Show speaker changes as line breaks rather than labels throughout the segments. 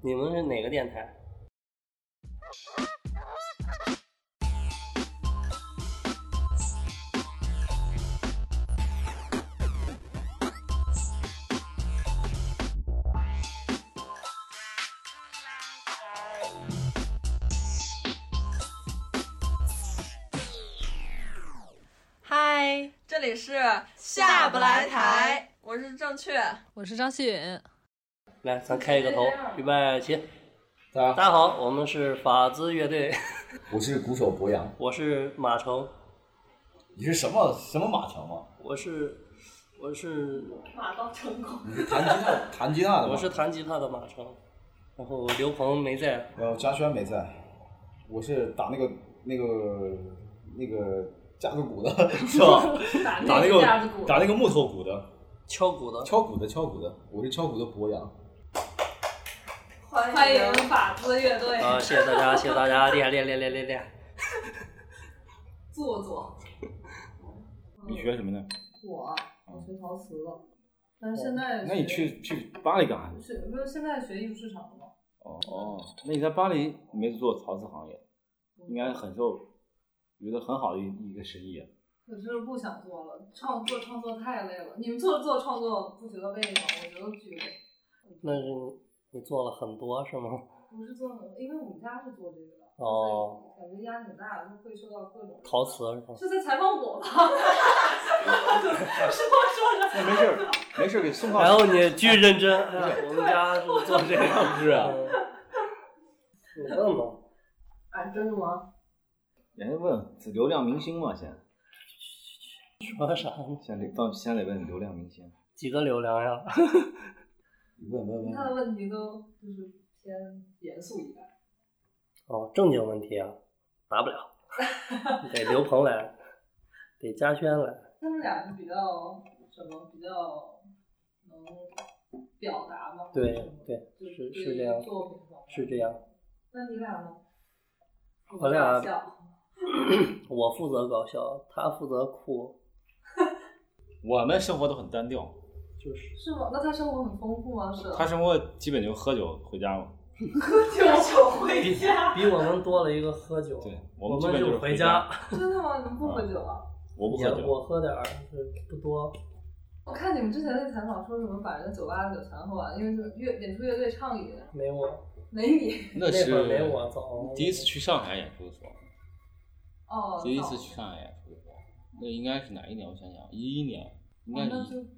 你们是哪个电台？
嗨，
这里是
下不来台，
我是正确。
我是张希允。
来，咱开一个头，预备起！
大
大
家好，
家好，我们是法兹乐队，
我是鼓手博洋。
我是马成，
你是什么什么马强吗？
我是我是
你是弹吉他 弹吉他的吗？
我是弹吉他的马成，然后刘鹏没在，
然后张轩没在，我是打那个那个那个架子鼓的，是吧？打那个打那个木头鼓的，
敲鼓的。
敲鼓的敲鼓的，我是敲鼓的博洋。
欢迎
法兹乐队
啊，谢谢大家，谢谢大家，厉害厉害厉害厉害厉害厉害！
做做。
你学什么呢？
我我学陶瓷的，但是现在
嗯哦那你去去巴黎干啥去？
学不是现在学艺术市场了吗？
哦哦，那你在巴黎没做陶瓷行业，应该很受，觉得很好的一一个生
啊
意。
可是不想做了，创作创作太累了。你们做做创作不觉得累吗？我觉得巨累。
那是你你做了很多是吗？
不是做，因为我们家是做这个的，
哦，
感觉压力很大，就会受到各种。
陶瓷是吗？
是在采访我吗？ 是我
哎
说的。
那没事儿，没事儿给送
然
到。
后你巨认真，哎我们家是做这个，不是？你问吧，
啊，真的吗？
人家问流量明星嘛，先
说啥？
先得到先得问流量明星。
几个流量呀？
你问问
你
问
看的问题都就是偏严肃一点。
哦，正经问题啊，答不了，得刘鹏来，得嘉轩来。
他们俩是比较什么？比较能表达吗？
对
什么
对，
就是对
是这样
作品上
是这样，
那你俩呢？
我俩
搞笑
我负责搞笑，他负责酷，
我们生活都很单调，
就是
是吗？那他生活很丰富吗？是
他生活基本就喝酒回家嘛。
酒
比
回
比我们多了一个喝酒。
对，
我
们基本
就是回
家，，
真的吗？你们不喝酒啊？
我不
也
喝酒，
我喝点儿，是不多。
我看你们之前那采访说什么把人家酒吧的酒全喝完，因为就是乐演出乐队畅饮，
没我，
没你
那
那
是
会儿没我早。
第一次去上海演出的时候。
哦。
第一次去上海演出的时候，那应该是哪一年？我想想，一一年，应
早，
该
哦
是
那
一
就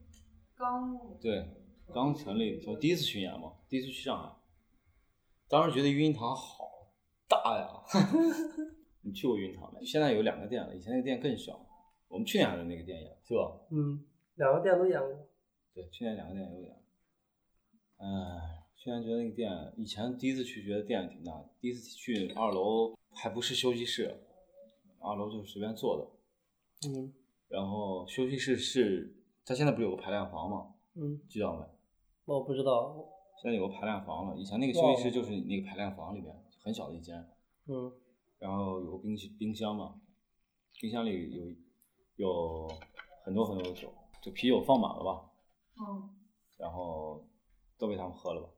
刚
对刚成立的时候，第一次巡演嘛，第一次去上海，当时觉得育婴堂好大呀。 你去过育婴堂没？现在有两个店了，以前那个店更小。我们去年还在那个店演，是吧？
嗯，两个店都演过。
对，去年两个店有演。哎，去年觉得那个店，以前第一次去觉得店挺大的，第一次去二楼还不是休息室，二楼就是随便坐的。
嗯
然后休息室是，它现在不是有个排练房吗？
嗯，
知道没？
我不知道。
现在有个排练房了，以前那个休息室就是那个排练房里面很小的一间，
嗯
然后有个冰箱冰箱嘛，冰箱里有有很多很多酒，就啤酒放满了吧，
嗯，
然后都被他们喝了吧。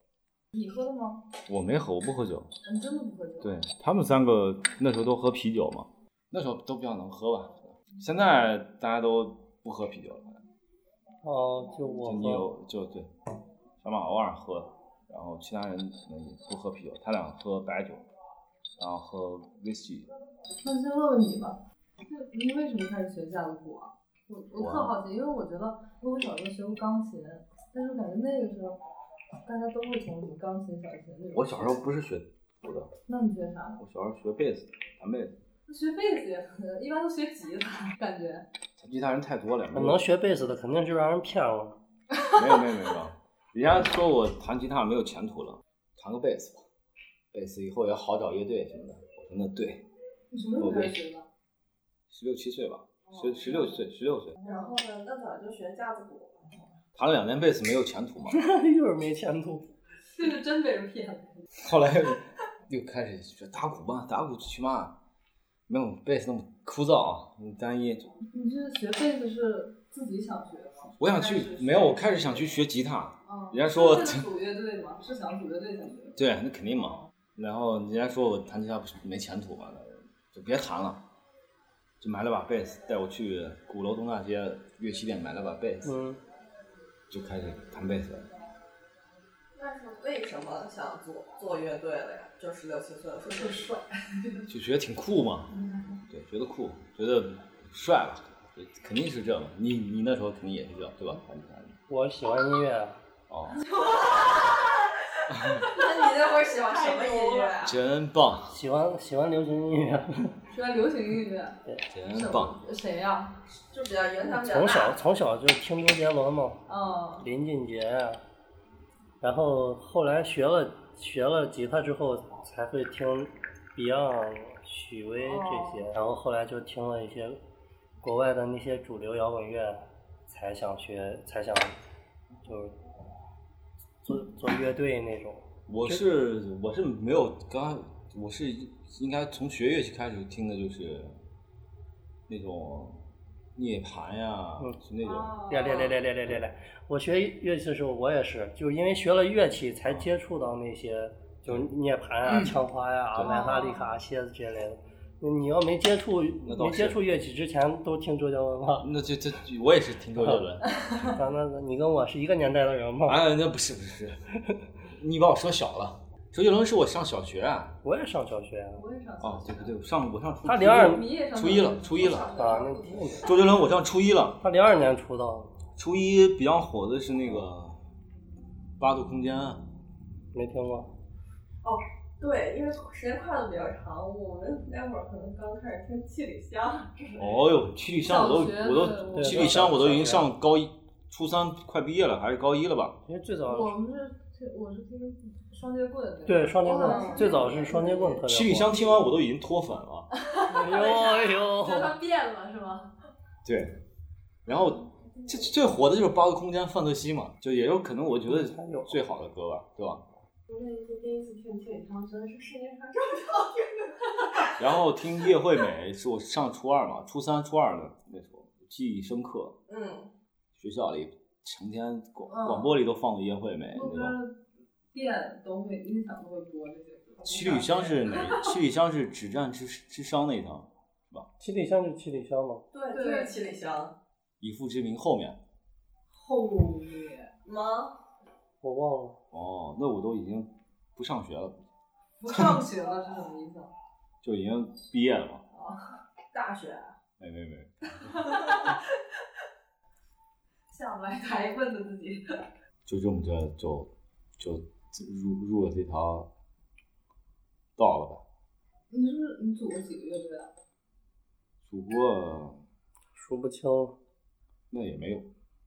你喝的吗？
我没喝，我不喝酒。
你真的不喝酒？
对他们三个那时候都喝啤酒嘛，那时候都比较能喝吧。现在大家都不喝啤酒了，
哦，就我
就你
喝。
有就对，小马偶尔喝，然后其他人可能也不喝啤酒，他俩喝白酒，然后喝 whisky。
那先问问你吧，就你为什么开始学架子鼓啊？我我
我
特好奇，因为我觉得，因为我小时候学过钢琴，但是我感觉那个时候大家都会从什么钢琴、小提琴那种。
我小时候，不是学鼓的，
那你学啥？
我小时候学贝斯，弹贝斯。
学贝斯也很，一般都学吉他，感觉。
吉他人太多了，没有
能学贝斯的肯定是让人骗了。
没有没有没有，人家说我弹吉他没有前途了，弹个贝斯吧，贝斯以后也好找乐队什么的。我说那哦对，
你什么时候开始学的？
十六七岁吧，
哦
十十六岁十六岁，
然后呢，那早就学架子鼓了。
弹了两年贝斯没有前途嘛，
又是没前途。
这是真被人骗了。
后来又又开始学打鼓吧，打鼓去嘛，没有贝斯那么枯燥啊，那么单一。
你这学贝斯是自己想学吗？
我想去，没有，我开始想去学吉他，
嗯，
人家说我
是组乐队吗？是想组乐队才学。
对，那肯定嘛。然后人家说我弹吉他不是没前途嘛，就别弹了，就买了把贝斯，带我去鼓楼东大街乐器店买了把贝斯，
嗯，
就开始弹贝斯了。
那是为什么想做做乐队了呀？就十六七岁的时候，帅，
就觉得挺酷嘛，
嗯
对，觉得酷，觉得帅吧，对肯定是这样嘛。你你那时候肯定也是这样，对吧？反正
我喜欢音乐，啊
哦，
那你那会儿喜欢什么音乐啊？
真棒，
喜欢喜欢流行音乐，啊
喜欢流行音乐。
真嗯棒！
谁呀？
就比较影响比较
从小
大。
从小就听周杰伦嘛，
嗯，
林俊杰啊，然后后来学了学了吉他之后，才会听 Beyond、许巍这些，然后后来就听了一些国外的那些主流摇滚乐，才想学，才想就是做做乐队那种。
我是我是没有刚，我是应该从学乐器开始听的就是那种涅槃呀，
嗯
是那种
哦
练练练练练练练练！我学乐器的时候，我也是，就是因为学了乐器，才接触到那些，就是涅槃啊、枪花呀、
嗯对
曼哈利卡、啊蝎子这类的。你要没接触
那倒
没
是
接触乐器之前，都听周杰伦 吗？
啊那这这我也是听周杰伦。
那那那你跟我是一个年代的人吗？
啊，那不是不是，你把我说小了。周杰伦是我上小学啊，
我也上小学啊，
我也想。
哦对不对？我上我上初
他02
你也上
初一了，初一了。
啊那那
周杰伦我上初一了，
他零二年出道，
初一比较火的是那个八度空间啊，
没听过。
对，因为时间跨度比较长，我们那会儿可能刚开始听七里香之类的。
哦哟，七里香我都
小学的
我都
对
七里香我都已经
小学
上高一初三快毕业了，还是高一了吧？
因为最早
我们是听，我是听双截棍。
对双截
哦
棍，最早是双截棍特别火。
七里 香听完我都已经脱 粉了，
哎呦
让
哎
他变了是吗？
对，然后。最最火的就是八度空间、范特西嘛，就也有可能我觉得
嗯
最好的歌吧，对吧？
那一次第一次听七里香，真的是世界上这么好听
然后听叶惠美是我上初二嘛，初三、初二的那时候记忆深刻，
嗯，
学校里成天广
嗯
广播里都放叶惠美
路
哎那种。
边店都会音响都会播这些歌。
七里香是哪？七里香是止战之之殇那一场，
七里香是七里香吗？
对，
对
就是七里香
以父之名后面。
后面
吗？
我忘了。
哦，那我都已经不上学了，
不上学了是什么意思？
就已经毕业了嘛。
大学
没没没，
下不来台问的自己。
就这么着就就入入了这条道了吧。
你是不是你组过几个乐队啊？
主播
数不清，
那也没有，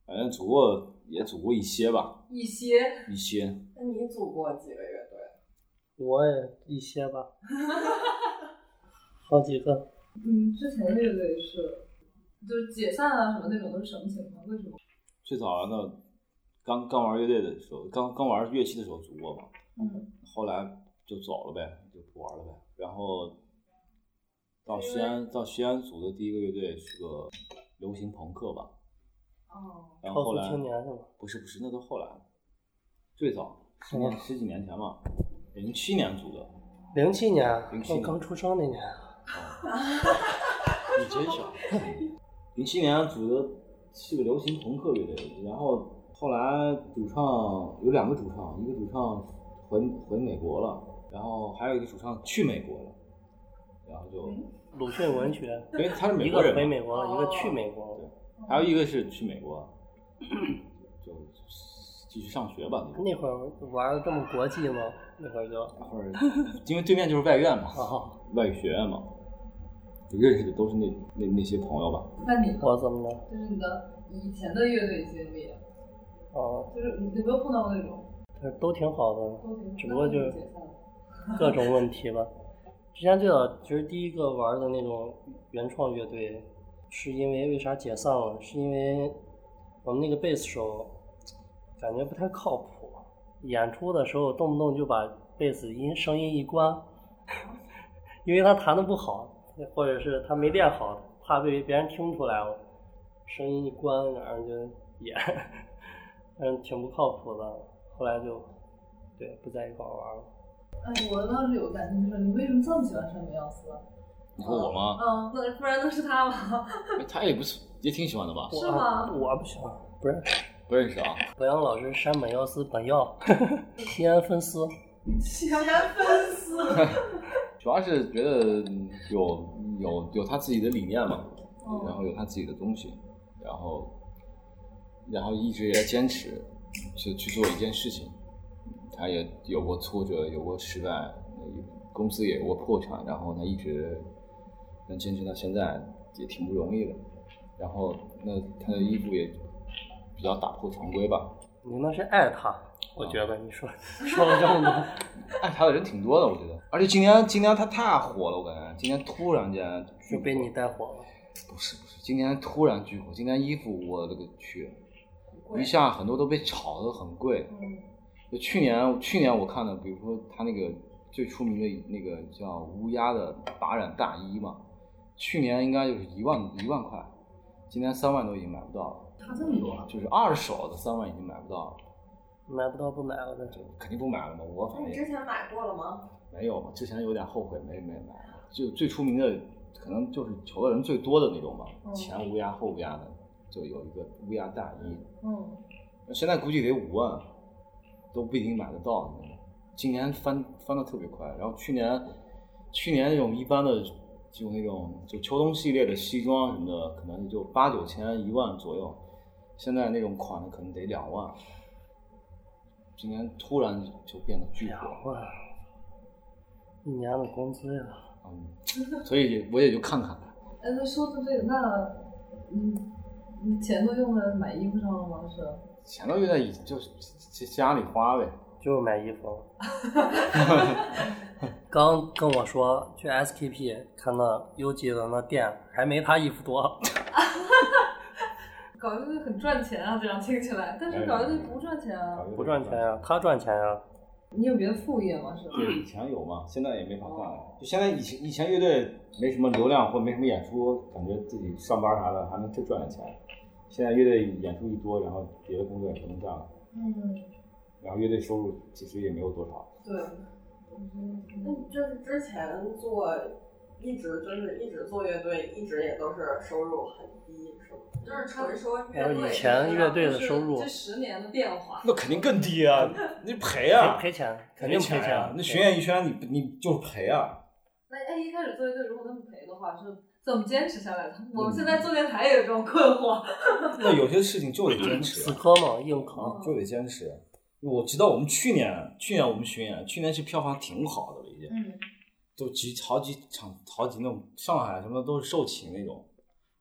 反正组过也组过一些吧，
一些
一些。
那你组过几个乐队？
我也一些吧，好几个。
嗯，之前的乐队是，就是解散啊什么那种都是什么情况？为什么？
最早那刚刚玩乐队的时候，刚刚玩乐器的时候组过嘛，
嗯，
后来就走了呗，就不玩了呗。然后到西安，到西安组的第一个乐队是个流行朋克吧，
哦，
然后后
超
来
级青年是吗
不是不是，那都后来了，最早十
哦
年十几年前嘛，零七年组的，
零七年，
07年
我刚出生那年，
你真小。零七年组的是个流行朋克乐队，然后后来主唱有两个主唱，一个主唱回回美国了，然后还有一个主唱去美国了，然后
嗯
就
鲁迅文学，
因为他是美
一
国
个
人
回
嘛，
美国了，一个去美国
哦
了。
还有一个是去美国，就继续上学吧那种。
那会儿玩的这么国际吗？那会儿就
或者因为对面就是外院嘛，
啊，
外语学院嘛，就认识的都是那那那些朋友吧。
哦那你呢
我怎么了？
就是你的以前的乐队经历，啊
哦，
就是你有没有碰到过那种
都挺好的，
都挺
只不过就是
解散了？
各种问题吧。之前最早其实第一个玩的那种原创乐队，是因为为啥解散了？是因为我们那个贝斯手感觉不太靠谱，演出的时候动不动就把贝斯音声音一关， 因为他弹的不好，或者是他没练好， 怕被别人听出来，声音一关，然后就演。嗯，挺不靠谱的。后来就，对，不在一块儿玩了。
哎，我当时有个感情就是，你为什么这么喜欢山本耀司？啊
你说我吗？
嗯，
那不然能是他吗？
哎他也不是也挺喜欢的吧？
是吗？
我不喜欢，不认识。
不认识啊。
博洋老师山本耀司本耀， 西安分司。
钱分丝，
主要是觉得有有有他自己的理念嘛，
嗯
然后有他自己的东西，然后然后一直也在坚持去去做一件事情。他也有过挫折，有过失败，公司也有过破产，然后他一直能坚持到现在也挺不容易的。然后那他的衣服也比较打破常规吧，
你那是爱他，我觉得你说说了这么多，
爱他的人挺多的，我觉得。而且今年今年他太火了，我感觉今年突然间
就被你带火了。
不是不是，今年突然巨火，今年衣服我的个去，一下很多都被炒得很贵。
嗯
就去年去年我看的，比如说他那个最出名的那个叫乌鸦的八染大衣嘛，去年应该就是一万一万块，今年三万都已经买不到了，
差这么多，啊
就是二手的三万已经买不到了，
买不到不买了呗。
就肯定不买了嘛。我反
那
正
你
也
之前买过了吗？
没有嘛，之前有点后悔没没买，就最出名的可能就是求的人最多的那种吧，
嗯
前乌鸦后乌鸦的，就有一个乌鸦大衣，
嗯，
现在估计得五万，都不一定买得到。今年翻翻的特别快，然后去年去年那种一般的就那种就秋冬系列的西装什么的，可能也就八九千一万左右，现在那种款的可能得两万。今年突然就变得巨火，
两万，哎一年的工资呀！
嗯，所以也我也就看看。
哎，那说到这个，那嗯，你钱都用在买衣服上了吗？是？
前个月在已就是在家里花呗，
就是买衣服。 刚跟我说去 SKP 看那优级的那店，还没他衣服多。
搞乐队很赚钱啊，这样听起来，
哎
但是搞乐队不赚钱啊。
不赚钱呀、他赚钱呀、
你有别的副业吗？是吧？
对，以前有嘛，现在也没法干了。就现在以前以前乐队没什么流量或没什么演出，感觉自己上班啥的还能多赚点钱。现在乐队演出一多，然后别的工作也不能干了，
嗯，
然后乐队收入其实也没有多少。
对。
那你嗯就是之前做，一直就是一直做乐队，一直也都是收入很低，是吗？就是纯说乐
我
队。
以前乐队的收入
这十年的变化，
嗯
那肯定更低啊！你赔啊
赔赔钱，肯定赔钱。啊对
演一圈，你你就是赔啊！
那哎，一开始做乐队如果那么赔的话，是怎么坚持下来的？
嗯
我们现在做电台也有这种困惑。
那有些事情就得坚持啊
死磕嘛，硬扛。
就得坚持。我知道我们去年，去年我们巡演，去年是票房挺好的了，已经，
嗯
都几好几场，好几那种上海什么都是售罄那种，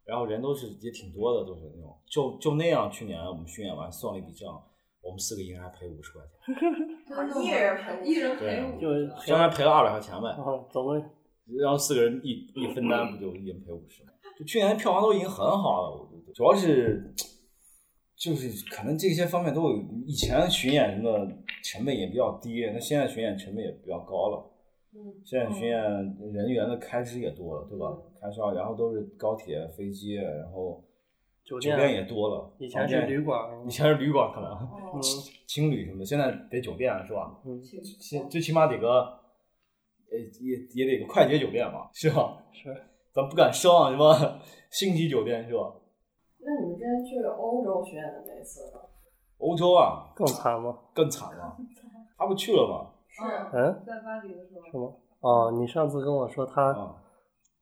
然后人都是也挺多的，都是那种，就就那样。去年我们巡演完算了一笔账，我们四个一人还赔五十块钱，
真的吗一人赔
一人赔五，
就是
相当于赔了二百块钱呗
然。后总共
然后四个人一一分担，不就一人赔五十吗？就去年票房都已经很好了，我觉得主要是就是可能这些方面都有，以前巡演什么的成本也比较低，那现在巡演成本也比较高了。
嗯，
现在巡演人员的开支也多了，对吧？开销，然后都是高铁、飞机，然后
酒
酒
店
店也多了。
以前
房
是
间
旅，馆
以，前是旅馆嗯可能
哦，
青旅什么的，现在得酒店是吧？
嗯，
挺
哦
先最起码得个，呃，也也得个快捷酒店吧，是吧？
是
咱不敢上什么星级酒店是吧？
那你们之前去欧洲巡演的那次，
欧洲啊
更惨吗？
更惨了，他不去了吗？
是
嗯，
在巴黎的时候，
是吗？哦，你上次跟我说他，
啊，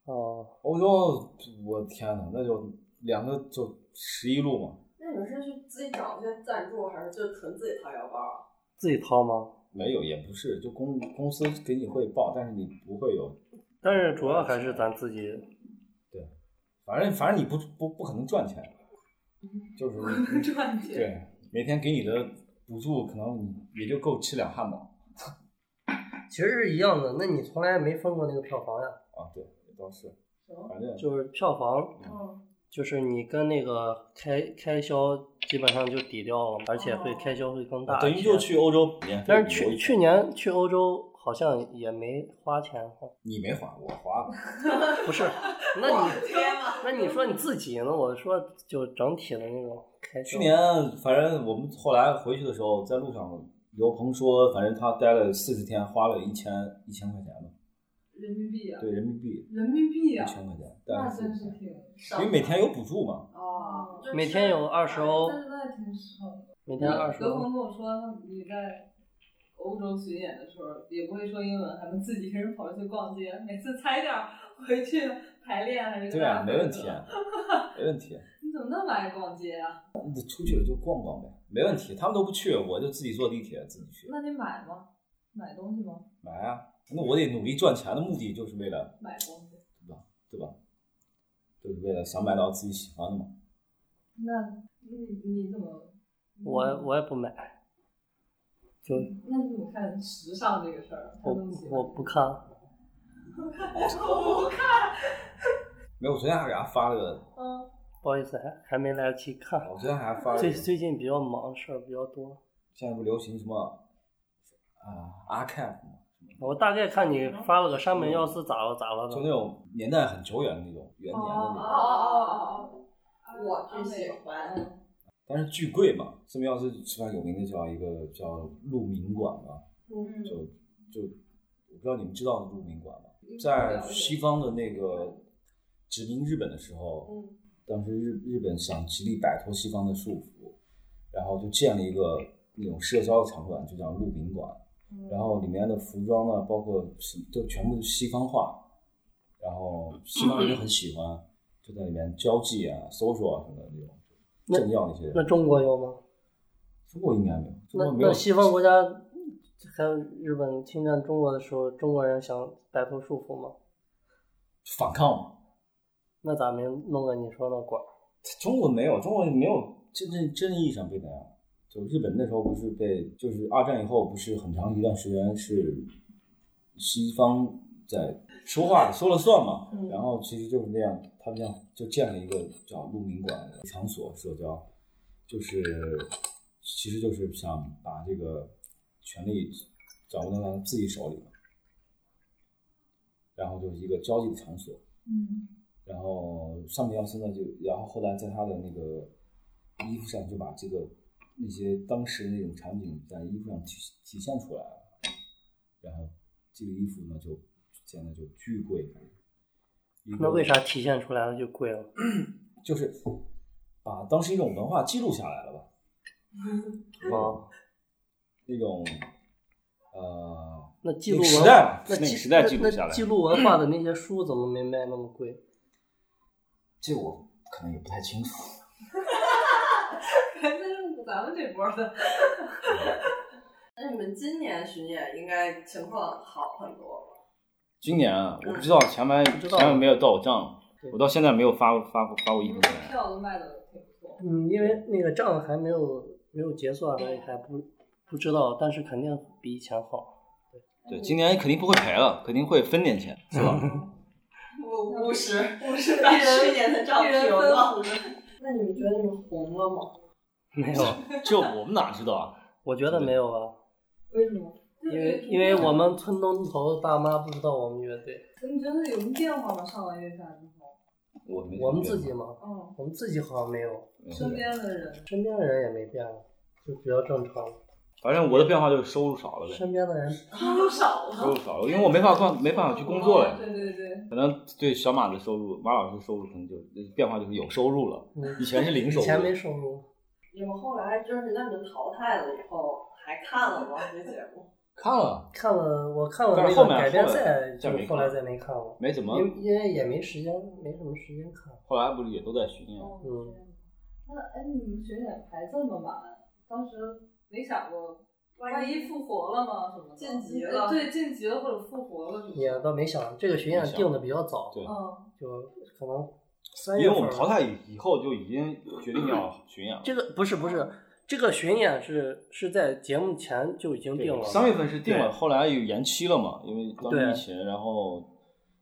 哦，
欧洲，我天呐，那就两个就十一路嘛，
那你们是去自己找一些赞助，还是就纯自己掏腰包啊？
自己掏吗？
没有也不是，就公公司给你汇报，但是你不会有，
但是主要还是咱自己，
反正反正你不不不可能赚钱，就是
能 赚钱。
对每天给你的补助可能你也就够吃两汉堡
其实是一样的。那你从来没分过那个票房呀？
啊，对，也倒是，
行
反正
就是票房
嗯，
就是你跟那个开开销基本上就哦抵掉了，而且会开销会更大一些。
等于就去欧洲免费
但
旅
是
游一
去
圈
去年去欧洲好像也没花钱花，
你没还，我 还了。
不是？那你
天呐，
那你说你自己呢？我说就整体的那种开销。
去年反正我们后来回去的时候，在路上，刘鹏说，反正他待了四十天，花了一千一千块钱吧，
人民币啊，
对人民币
人民币
一
啊，
千块钱，待
那
了40
真是
天
挺
少
因为每天有补助嘛，
哦，
就是
每天有二十欧，
但是那也挺少的。
嗯
每天二十
德
欧。
鹏跟我说，他你在欧洲巡演的时候也不会说英文，还能自己一个人跑出去逛街，每次踩点儿回去排练还是
对啊，没问题啊，没问题。
你怎么那么爱逛街啊？
你出去了就逛逛呗，没问题。他们都不去，我就自己坐地铁自己去
那你买吗？买东西吗？
买啊。那我得努力赚钱的目的就是为了，
买东西，
对吧？就是为了想买到自己喜欢的嘛。
那
你你怎么？
我
嗯
我也不买，就
那你怎么看时尚这个事儿？他
我
那么喜欢
我不看，
没有，我昨天还给他发了个，
嗯，
不好意思，还还没来得及看。
我昨天还发了
最
个，
最近比较忙，事儿比较多。
现在不流行什么啊 archive 嘛，
我大概看你
嗯
发了个山本耀司咋了咋了
就
的，
那种年代很久远的那种元年的那
哦
种，
哦哦哦，
我最喜欢
但是巨贵嘛。这边要是吃饭有名的叫一个叫鹿鸣馆嘛，
嗯，
就就我不知道你们知道鹿鸣馆吗？
嗯
在西方的那个殖民日本的时候，
嗯
当时日日本想极力摆脱西方的束缚，然后就建了一个那种社交的场馆，就叫鹿鸣馆。
嗯
然后里面的服装呢，包括是都全部是西方化，然后西方人就很喜欢，就在里面交际啊、social 啊什么的那种
那
政要那些人。
那中国有吗？
中国应该没有，中
那
国没有
那西方国家还有日本侵占中国的时候，中国人想摆脱束缚吗？
反抗嘛。
那咋没弄个你说那馆儿？
中国没有，中国没有真正真正意义上被那样。就日本那时候不是被，就是二战以后不是很长一段时间是西方在说话说了算嘛，然后其实就是那样，他们这样就建了一个叫鹿鸣馆的场所社交，就是其实就是想把这个权力掌握到他自己手里嘛，然后就是一个交际的场所。
嗯，
然后上面要是呢就，然后后来在他的那个衣服上就把这个那些当时那种场景在衣服上体体现出来了，然后这个衣服呢就现在就巨贵，一个
那为啥体现出来了就贵了？
嗯就是把当时一种文化记录下来了吧？
啊，
那种呃，
那记录
那个时
文
代嘛
那
那个
记
时代
那
记录
那
下来
记录文化的那些书怎么没卖那么贵？
这我可能也不太清楚。
那是咱们这波的，
那你们今年巡演应该情况好很多吧？
今年啊我不知道前面
嗯知
前
道
面没有到我账
对，
我到现在没有发过发过发过一分钱。
票都卖的挺不错。
嗯，因为那个账还没有没有结算，所以还不不知道，但是肯定比以前好。 嗯
对，今年肯定不会赔了，肯定会分点钱，是吧？
我五 十，五十
把
把
去
去年的账
一
平
人分
了。
五
那你们觉得你们红了吗？
没 有，
这我们哪知道啊？
我觉得没有吧，
为什么？
因为因为我们村东头大妈不知道我们乐队，
你觉得有什么变化吗？上完月下之后，
我们
我们自己嘛，
嗯，
我们自己好像没有，
身边的 人，
身边的人也没变，啊就比较正常。
反正我的变化就是收入少了呗，
身边的人
收入少
收入少了，因为我没法干，没办法去工作了。
对对对，
可能对小马的收入，马老师的收入可能就变化就是有收入了，
嗯
以前是零
以
收入，
前没收入，
你们后来就是那你们淘汰了以后还看了吗？这节目？
看了，
看了我看了
但
那
是后
个
面
改编
后
赛，
面
就
再没
后来
看
再没看了，
没怎么，
因因为也没时间，没什么时间看。
后来不是也都在巡演，
嗯
那哎，你们巡演排这么满，当时没想过万
万
一
一
复活了吗？什么的
晋级了
哎对，晋级了或者复活了什么的？
也倒没想，这个巡演
没想
定的比较早，
对
嗯，
就可能三
因
月
为
份
我
儿。
们淘汰以以后就已经决 定要巡演了。
这个不是不是，这个巡演是是在节目前就已经定了。
三月份是定了，
对
后来有延期了嘛，因为当时
对
疫情，然后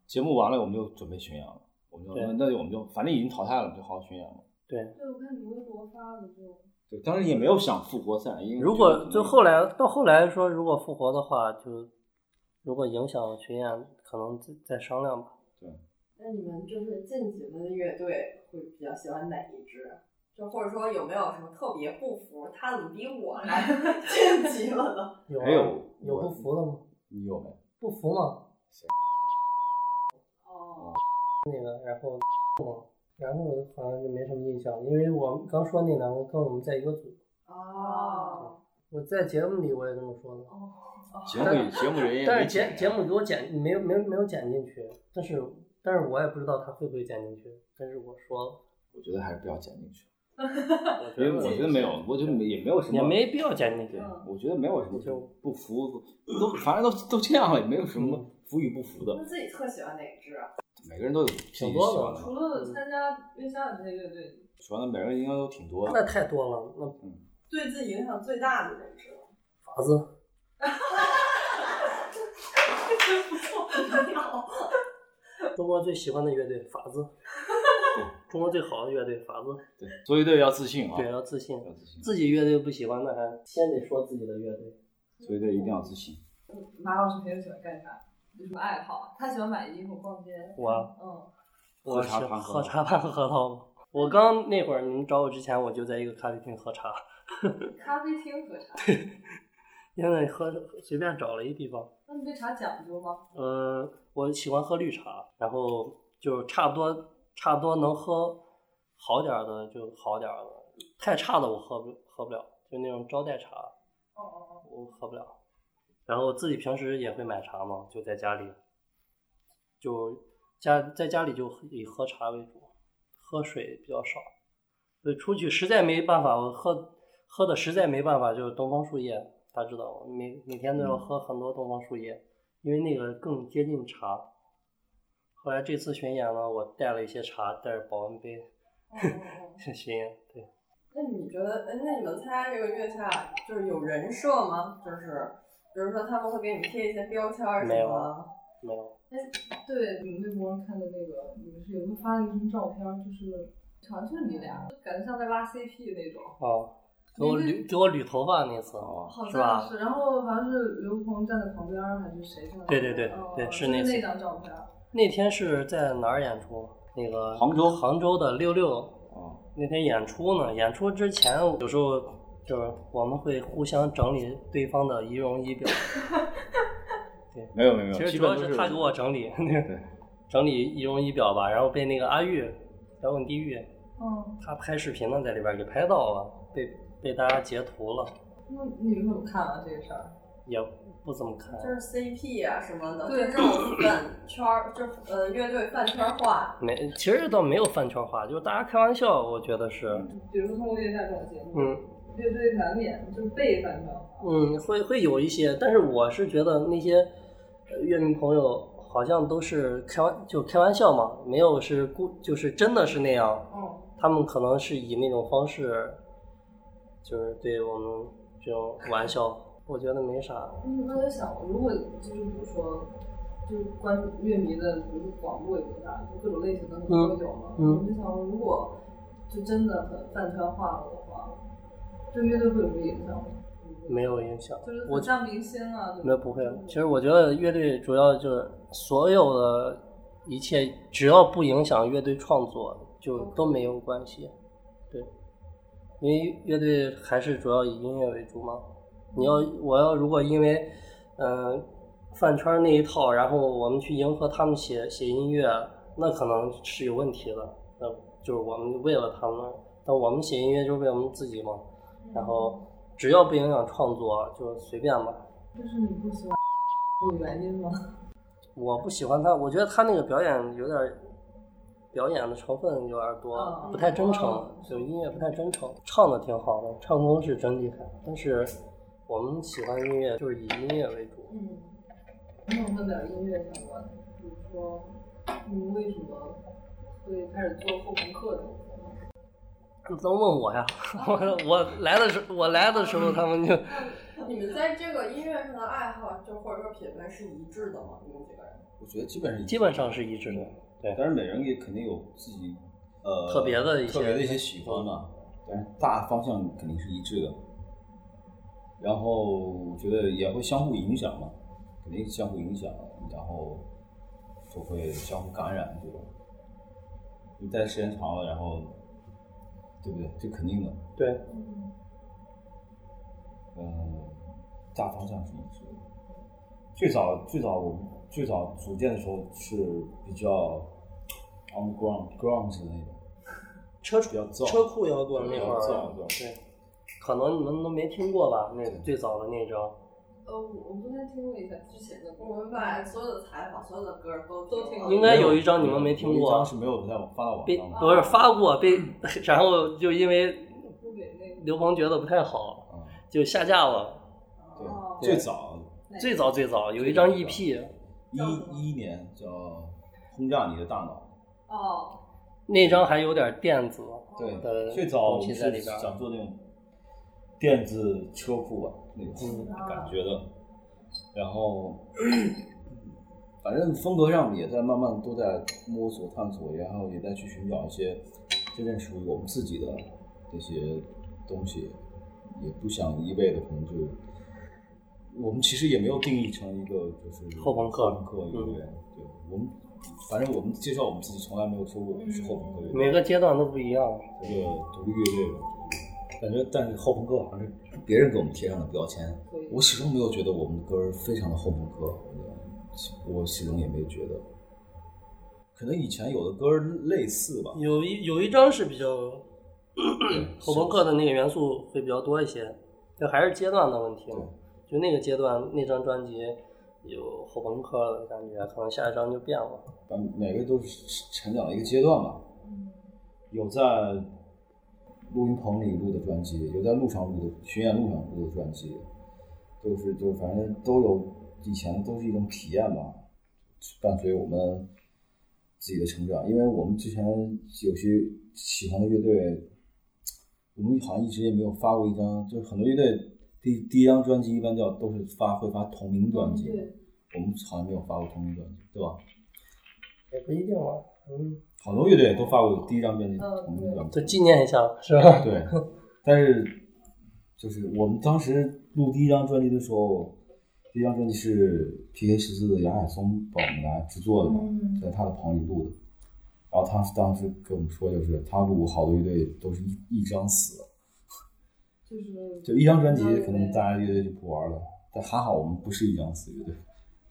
节目完了我们就准备巡演了，我们就
对
那那就我们就反正已经淘汰了，就好好巡演了。
对，
对，我看你微博发的就，
对，当时也没有想复活赛，因为
如果
就
就后来到后来说，如果复活的话，就如果影响巡演，可能再再商量吧。
那你们就是近几轮的乐队会比较喜欢哪一支？就或者说有没有什么特别不服？他怎么比我 还晋级了呢？
有啊
没有
有不服的吗？
你有没有？
不服吗？
哦，
然后好像就没什么印象，因为我们刚说那两个跟我们在一个组，
嗯
哦，
我在节目里我也这么说的。
节目节目人也
哦但
没
是节
剪
节
呀
目给我剪没有没有没有剪进去，但是但是我也不知道他会不会剪进去，但是我说了，
我觉得还是不要剪进去。
我
因为我觉得没有，我觉得没也没有什么，
也没必要剪进
对
去。，
嗯
我觉得没有什么就不服，都反正都都这样了，也没有什么
嗯
服与不服
那
的，
自己特喜欢哪支啊？
每个人都有自己喜
挺多的
欢
除
的，
了参加月下的那乐队，
喜欢的每个人应该都挺多
那
的。
太多了，那
对自己影响最大的那支 了。
法子
不错，很好。
中国最喜欢的乐队法 子，中国最好的乐队法子，
对，做乐队要自信啊，
对，要自信。
要自信，
自己乐队不喜欢，那还先得说自己的乐队。
做乐队一定要自信。
马老师平时喜欢干啥？有什么爱好？啊他喜欢买衣服、逛街。
我
嗯，
我
喝茶
是
盘核
喝
桃
茶盘核桃吗。我刚那会儿你们找我之前，我就在一个咖啡厅喝茶，
咖啡厅喝茶。
因为喝随便找了一地方。
那你对茶讲究吗？
呃，我喜欢喝绿茶，然后就差不多差不多能喝好点儿的就好点儿的，太差的我喝不喝不了，就那种招待茶
哦哦哦。
我喝不了。然后自己平时也会买茶嘛，就在家里，就家在家里就以喝茶为主，喝水比较少。所以出去实在没办法，我喝喝的实在没办法，就是东方树叶，大家知道，我每每天都要喝很多东方树叶，因为那个更接近茶。后来这次巡演呢，我带了一些茶，带着保温杯
哦哦哦。
去巡演。对，
那你觉得，哎，那你们参加这个月下，就是有人设吗？就是，比如说他们会给你贴一些标签儿什
没有啊
么？
没有，
对，你们微博上看的那个，你们是有没有发了一个什么照片儿？就是好像就是你俩，就感觉像在拉 CP 那种。
哦，给我
你
捋给我捋头发那次，啊
哦
好
是吧
像是，然后好像是刘鹏站在旁边儿还是谁站在旁边
对对
儿？
对
哦
对
就是是
那次
那张照片儿。
那天是在哪儿演出？那个
杭州
杭州的六六
啊，
那天演出呢。演出之前，有时候就是我们会互相整理对方的仪容仪表。
没有没有没
其
有，
实
基
主要
本都
是他啊给我整理， 整理仪容仪表吧，然后被那个阿玉摇滚地狱，
嗯，
他拍视频呢，在里边给拍到了，被被大家截图了，
那你们怎么看啊这个事儿？
也不怎么看。
就是 CP 啊什么的，
对
就这种饭圈儿，就呃乐队饭圈儿化，
没，其实倒没有饭圈化，就是大家开玩笑，我觉得是，
比如说通过月下这种节目，
嗯。
乐队难免就是被翻到。
嗯，会会有一些，但是我是觉得那些呃乐迷朋友好像都是开玩就开玩笑嘛，没有是故就是真的是那样，
嗯，
他们可能是以那种方式，就是对我们这种玩笑，我觉得没啥。
你有没有想过，如果就是比如说，就是关于乐迷的，比如说广络有多大，就各种类型的可能都有嘛。
嗯嗯
我就想过，如果就真的很饭圈化了的话，对乐队会有什么影响吗？
没有影响，
就是
我
很像明星啊，对吧
那不会。其实我觉得乐队主要就是所有的一切，只要不影响乐队创作，就都没有关系。对，因为乐队还是主要以音乐为主嘛。你要我要如果因为嗯、呃饭圈那一套，然后我们去迎合他们写写音乐，那可能是有问题的。那就是我们为了他们，但我们写音乐就是为我们自己嘛。然后只要不影响创作，就随便吧。
这是你不喜欢的原因吗？
我不喜欢他，我觉得他那个表演有点儿表演的成分有点儿多，
嗯
不太真诚
哦，
就音乐不太真诚。唱的挺好的，唱功是真厉害，但是我们喜欢音乐就是以音乐为主。
嗯，那我问点音乐相关的，比如说你们为什么会开始做后朋克这种活动？
能问我呀？ 我我来的时候我来的时候他们就
你们在这个音乐上的爱好，就或者说品味是一致的吗？你们几个人？
我觉得基本上
基本上是一致的，
但是每人也肯定有自己呃
特别的一些嗯
特别的一些喜欢吧，但是大方向肯定是一致的。然后我觉得也会相互影响嘛，肯肯定相互影响，然后都会相互感染这种。你待时间长了，然后对不对？这肯定的。
对，
嗯，大方向是一致的。最早最早我们最早组建的时候是比较 on ground ground 的那种，
车
比较燥，
车库摇滚
比
那
较
会儿
燥，对。
对，可能你们都没听过吧？那最早的那张，
呃，我我昨天听了一下之前的歌，
我们把所有的采访、所有的歌都
都听过
应该有一张你们没听
有一张
过，啊哦
是没有在网发到网
被
上的。
不是发过被， 然后就因为
不给那个
刘鹏觉得不太好，
嗯，
就下架了。
对，
哦
最早
最早最早有一张 E EP，
一一年叫《轰炸你的大脑
哦，
那张还有点电子，》，
对，
呃
最早我
东西
们
在
是
里边儿
想做那种电子车库啊那种
嗯
感觉的，然后反正风格上也在慢慢都在摸索探索，然后也在去寻找一些真正属于我们自己的这些东西，也不想一味的可能就。我们其实也没有定义成一个就是
后朋克
朋克乐
嗯
队，对我们反正我们介绍我们自己从来没有说过我们是后朋克乐队，
每个阶段都不一样。
这个独立乐队吧，感觉但是后朋克好像是别人给我们贴上的标签，我始终没有觉得我们的歌儿非常的后朋克，我始终也没觉得，可能以前有的歌儿类似吧，
有一有一张是比较后朋克
的
的那个元素会比较多一些，就还是阶段的问题嘛。就那个阶段那张专辑有后朋克的感觉，可能下一张就变了。
每个都是成长的一个阶段吧，
嗯
有在录音棚里录的专辑，有在路上录的巡演路上录的专辑，就是就反正都有以前都是一种体验吧，伴随我们自己的成长。因为我们之前有些喜欢的乐队，我们好像一直也没有发过一张，就是很多乐队第第一张专辑一般叫都是发会发同名专辑，
嗯对
我们好像没有发过同名专辑，对吧？
也不一定啊，嗯，
好多乐队都发过第一张专辑
嗯
同名专辑
就，纪念一下是吧？
对，但是就是我们当时录第一张专辑的时候，第一张专辑是 PK 十四的杨海松帮我们来制作的嘛，在他的棚里录的。然后他当时跟我们说，就是他录过好多乐队都是一一张死，
就是
就一张专辑，可能大家乐队就不玩了。但还好我们不是一张死乐队，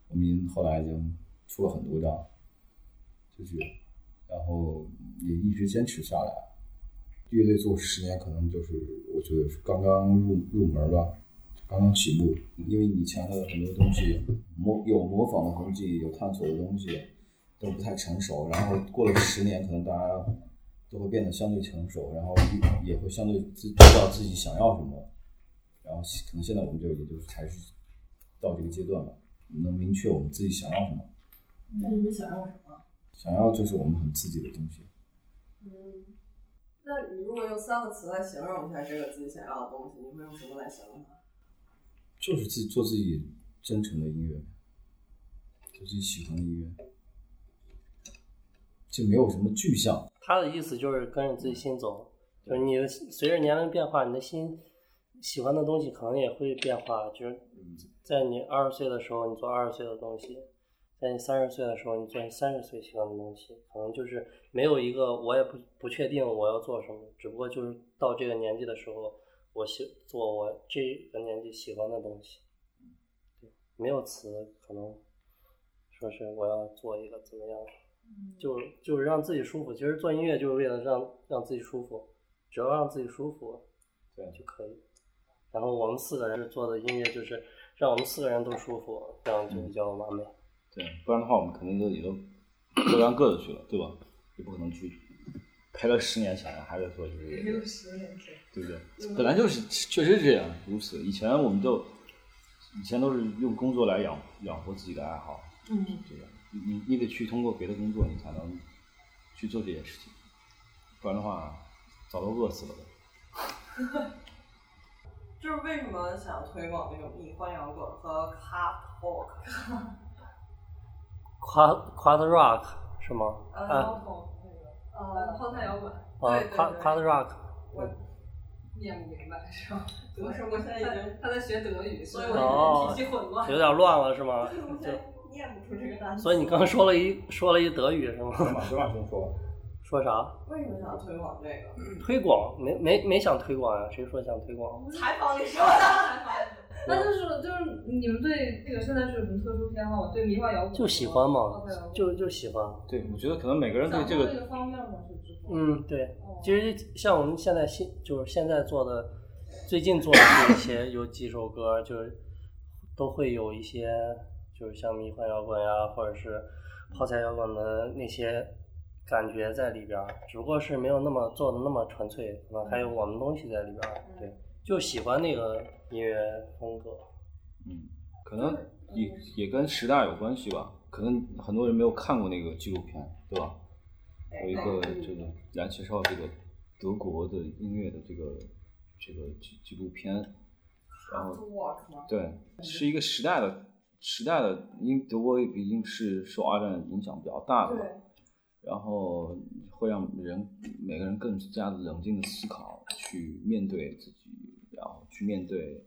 我们已经后来已经出了很多张，就是，然后也一直坚持下来。乐队做十年，可能就是我觉得是刚刚入入门吧，刚刚起步，因为以前的很多东西模有模仿的痕迹，有探索的东西都不太成熟。然后过了十年，可能大家都会变得相对成熟，然后也会相对自知道自己想要什么。然后可能现在我们就也就是还是到这个阶段了，能明确我们自己想要什么，
那你们想要什么？
想要就是我们很自己的东西。
嗯，那你如果用三个词来形容一下这个自己想要的东西，你会用什么来形容它？
就是自己做自己真诚的音乐，做自己喜欢的音乐，就没有什么具象。
他的意思就是跟着自己心走，就是你的随着年龄变化，你的心喜欢的东西可能也会变化。就是在你二十岁的时候，你做二十岁的东西；在你三十岁的时候，你做你三十岁喜欢的东西。可能就是没有一个，我也不不确定我要做什么，只不过就是到这个年纪的时候，我喜做我这个年纪喜欢的东西。对，没有词可能说是我要做一个怎么样。
嗯
就就是让自己舒服。其实做音乐就是为了让让自己舒服，只要让自己舒服，
对
就可以。然后我们四个人做的音乐就是让我们四个人都舒服，这样就比较完美。
对，不然的话我们肯定都也都各干各的去了，对吧？也不可能去陪了十年想要还在做这个乐队。
十年前，
对不对？本来就是，确实是这样，如此。以前我们就，以前都是用工作来养养活自己的爱好，
嗯，
对吧？你你你得去通过别的工作，你才能去做这件事情，不然的话，早都饿死了的。
就是为什么想推广那种迷幻摇滚和 hard rock？
夸夸的 rock 是吗？
呃
啊
然后
呃，后台摇滚，
啊
对对，
夸
对
夸的 rock，
我
念不明白是吧？
我是我现在已经，
他在学德语，所以
哦
我体系混乱。
有点乱了是吗？
我现在念不出这个单词。
所以你刚刚说了一说了一德语是吗？
小马小马先说吧，
说啥？
为什么想要推广这个？
推广？没没没想推广呀、啊谁说想推广？
采访里说的，
那就是就是你们对这个现在是有什么特殊偏好吗？对迷幻摇滚
就喜欢嘛
哦
OK，OK，
就就喜欢。
对，我觉得可能每个人对这
想到
个
这个方面吗？是之后
嗯，对，
哦
其实像我们现在现就是现在做的，最近做的这一些有几首歌，就是都会有一些就是像迷幻摇滚呀、或者是泡菜摇滚的那些感觉在里边儿，只不过是没有那么做的那么纯粹，可能还有我们东西在里边儿。对，就喜欢那个音乐风格。
嗯，可能也也跟时代有关系吧。可能很多人没有看过那个纪录片，对吧？有一个这个来介绍这个德国的音乐的这个这个纪纪录片，然后
walk 吗？
对，是一个时代的时代的，因为德国也毕竟是受二战影响比较
哦
大的嘛，然后会让人每个人更加的冷静的思考，去面对自己，然后去面对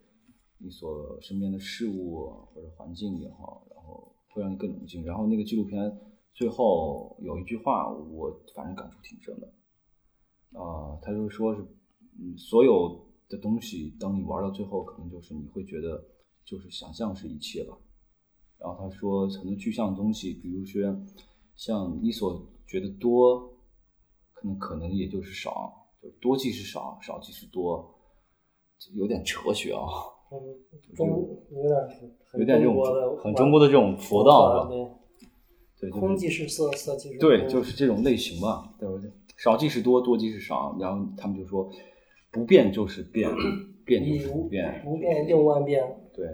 你所身边的事物或者环境也好，然后会让你更冷静。然后那个纪录片最后有一句话，我反正感触挺深的，啊、他就说是，嗯，所有的东西，当你玩到最后，可能就是你会觉得，就是想象是一切吧。然后他说，很多具象的东西，比如说像你所觉得多，可能可能也就是少，就多即是少，少即是多，这有点哲学啊，
嗯中有点
有点这种
的
很中国的这种佛道是吧？
对，
对，就是
空即是色，色即是
对，
空
就是这种类型吧，对不对？少即是多，多即是少。然后他们就说，不变就 是变，变就
以
是
无
不变，
无变应万变。
对，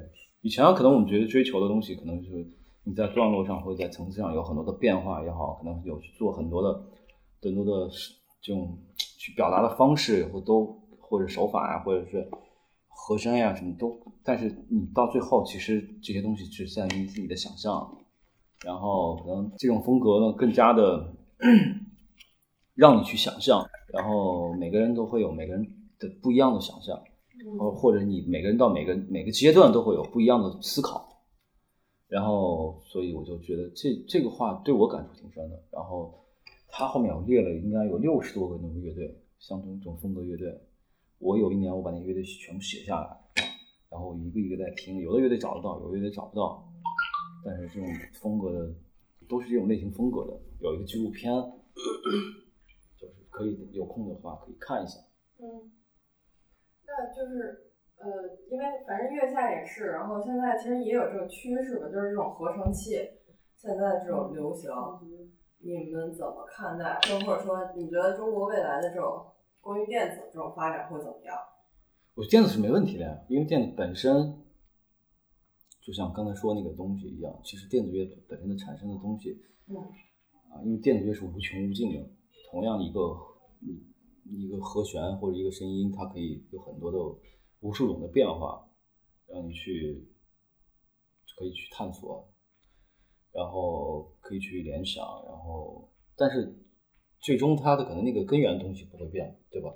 以前可能我们觉得追求的东西，可能就是你在段落上或者在层次上有很多的变化也好，可能有去做很多的很多的这种去表达的方式，或都或者手法啊，或者是和声呀、什么都，但是你到最后，其实这些东西只在于自己的想象，然后可能这种风格呢更加的 让你去想象，然后每个人都会有每个人的不一样的想象。
嗯
或
哦
呃或者你每个人到每个每个阶段都会有不一样的思考，然后所以我就觉得这这个话对我感触挺深的。然后他后面我列了应该有六十多个那种乐队，相同种风格乐队。我有一年我把那乐队全部写下来，然后一个一个在听，有的乐队找得到，有的乐队找不到，但是这种风格的都是这种类型风格的。有一个纪录片，就是可以有空的话可以看一下。
嗯，那就是呃，因为反正月下也是，然后现在其实也有这个趋势吧，就是这种合成器现在这种流行，你们怎么看待？就或者说，你觉得中国未来的这种关于电子这种发展会怎么样？
我觉得电子是没问题的呀，因为电子本身，就像刚才说那个东西一样，其实电子乐本身的产生的东西，
嗯
啊，因为电子乐是无穷无尽的，同样一个一个和弦或者一个声音，它可以有很多的无数种的变化，让你去可以去探索，然后可以去联想，然后但是最终它的可能那个根源的东西不会变，对吧？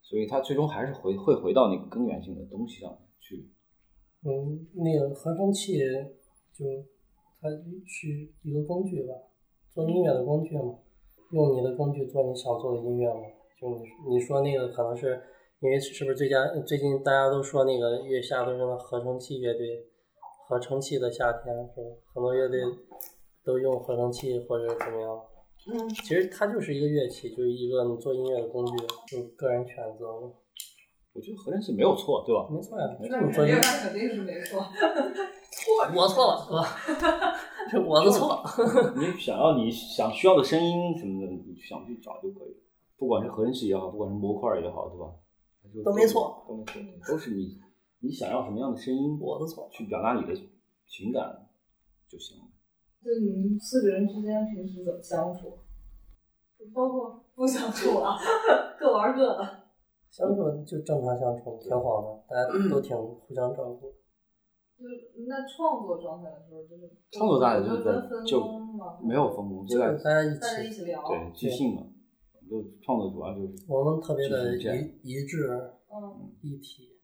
所以它最终还是回会回到那个根源性的东西上去。
嗯，那个合成器就它是一个工具吧，做音乐的工具嘛，用你的工具做你想做的音乐嘛。就你你说那个可能是因为是不是最佳最近大家都说那个月下都是那合成器乐队，合成器的夏天是吧？很多乐队都用合成器或者怎么样。
嗯，
其实它就是一个乐器，就是一个你做音乐的工具，就个人选择嘛。
我觉得合成器没有错，对吧？
没错呀，
没
这
错
你做音乐。
那肯定是没错。
我错了，是吧？是 我的错。
你想要你想需要的声音什么的，你想去找就可以了。不管是合成器也好，不管是模块也好，对吧？就
都没错，
都没错，都是你你想要什么样的声音，
我的错
去表达你的情感就行了。
就你们四个人之间平时怎么相处？包括不相处啊， 各玩各的。
相处就正常相处，挺好的，大家都挺互相照顾。
就是那创作状态的时候，就是
创作大家就
有
是
分
在
分
就
工吗？
没有分工，
就
就在
是大家一
大家一
起，
起聊。
对即兴嘛。就创作主要就是
我们特别
就
的
是这样
一一致
嗯，
一体，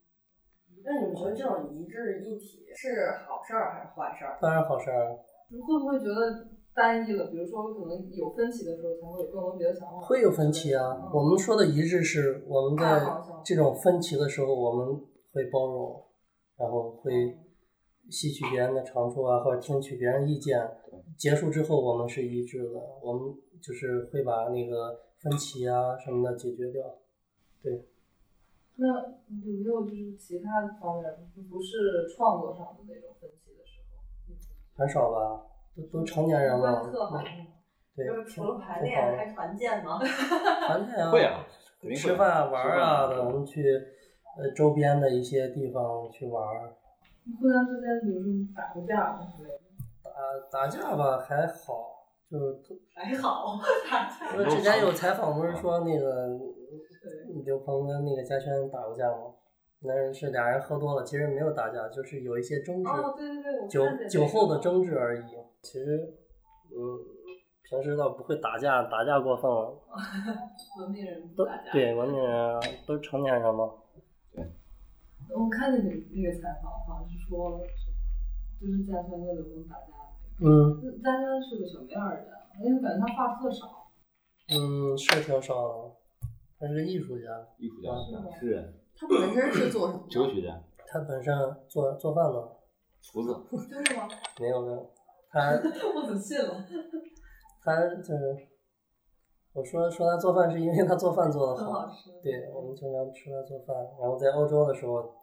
那你们觉得这种一致一体是好事儿还是坏事儿？
当然好事儿
你会不会觉得单一了？比如说，可能有分歧的时候，才会有更多别的想法。
会有分歧
嗯
啊。我们说的一致是我们
大
在
方向
这种分歧的时候，我们会包容，然后会吸取别人的长处啊，或者听取别人意见。结束之后，我们是一致的，我们就是会把那个分歧啊什么的解决掉。
那有没有就是其他的方面，就不是创作上的那种分歧的时候？
很少吧，都都成年人
关系
了
特好，，
对，
就是除了排
挺
练
好的
还团建吗？
团建啊，
会啊，肯定会
吃饭玩儿啊
吃
的，
饭
我们去呃周边的一些地方去玩儿。
你互相之间有什么打过架吗之类的？
啊打打架吧还好，就是特
还好，
不是之前有采访不是说那个
嗯
刘鹏跟那个嘉轩打过架吗？那是俩人喝多了，其实没有打架，就是有一些争执，
哦，对对对，我
酒
看见
酒
那个
后的争执而已。其实，嗯，平时倒不会打架，打架过分了。
文明人不
都
打架。
对文明人啊都成年人嘛，
我看见那个那个采访，好像是说什么，就是嘉轩跟刘峰打架那
嗯
个。嘉轩是个什么样的人啊？因为感觉他话特少，
嗯是挺少的，他是个艺术家。
艺术家、诗人、
他本身是做什么？
哲学家、
他本身做做饭吗？
厨子，
真的吗？
没有没有，他
我只信了。
他就是，我说说他做饭是因为他做饭做的
很好
好，
吃。
对我们经常吃他做饭，然后在欧洲的时候，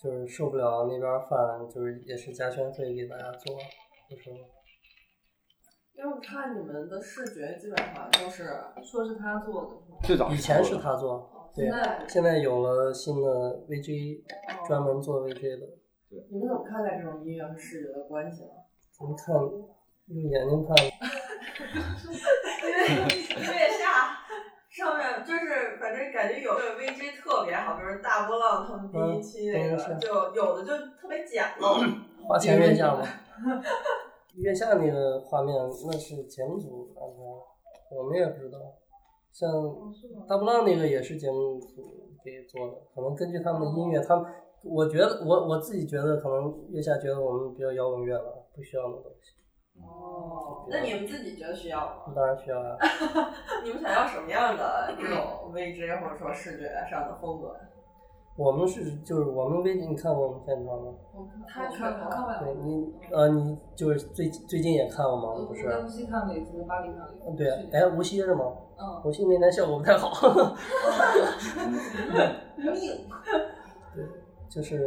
就是受不了那边饭，就是也是家轩会给大家做，就是
因为我看你们的视觉基本上都是，
说是他做的，是吧？
最早
以前是
做的
他做，对
现，在
现在有了新的 VJ 专门做 VJ 的，
你们怎么看待这种音乐和视 觉的关系呢？
咱们看用眼睛看，
因为月下上面就是，反正感觉有的 VJ 特别好，比如大波浪他们第一期那个，
嗯嗯是嗯
就有的就特别简陋。
花前月下嘛，月下那个画面那是节目组安排的，我们也不知道。像大波浪那个也是节目组给做的，可能根据他们的音乐，他们我觉得我我自己觉得可能月下觉得我们比较摇滚乐吧，不需要那东西，
哦那你们自己觉得需要吗？
当然需要啊。
你们想要什么样的这种 VJ 或者说视觉上的风格？
我们是就是我们微你看过我们现场吗？
我看
他
我
看
看
过
我看
对
过。
你呃你就是最最近也看了吗？不是？
我在无锡看过一次，在巴黎看过
嗯
一次。
对，哎，无锡是吗？
嗯，
无锡那天效果不太好。
命
就是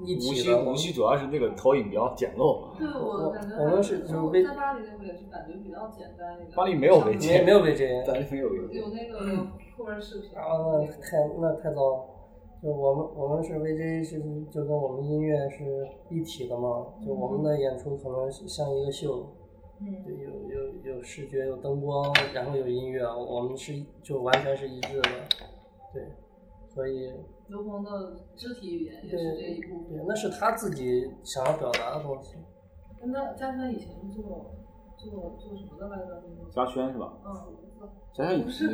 一
无
体
锡
的。
无锡主要是那个投影比较简陋，
对，我感觉
我我们是就是微
在巴黎那会也是感觉比较简单一点。
巴黎没有围
没
巾
没有被这
咱是没有围
有
巾。
那个后边视频，
啊，那太那太糟了。就我们我们是 VJ 是就跟我们音乐是一体的嘛，就我们的演出可能是像一个秀，就有有有视觉有灯光，然后有音乐，啊我们是就完全是一致的，对，所以
刘鹏的肢体语言也
对
是这一部
对
分。，
那是他自己想要表达的东西。
那嘉轩以前是做做做什么的来着？
嘉轩是吧？
嗯，
嘉轩以
不是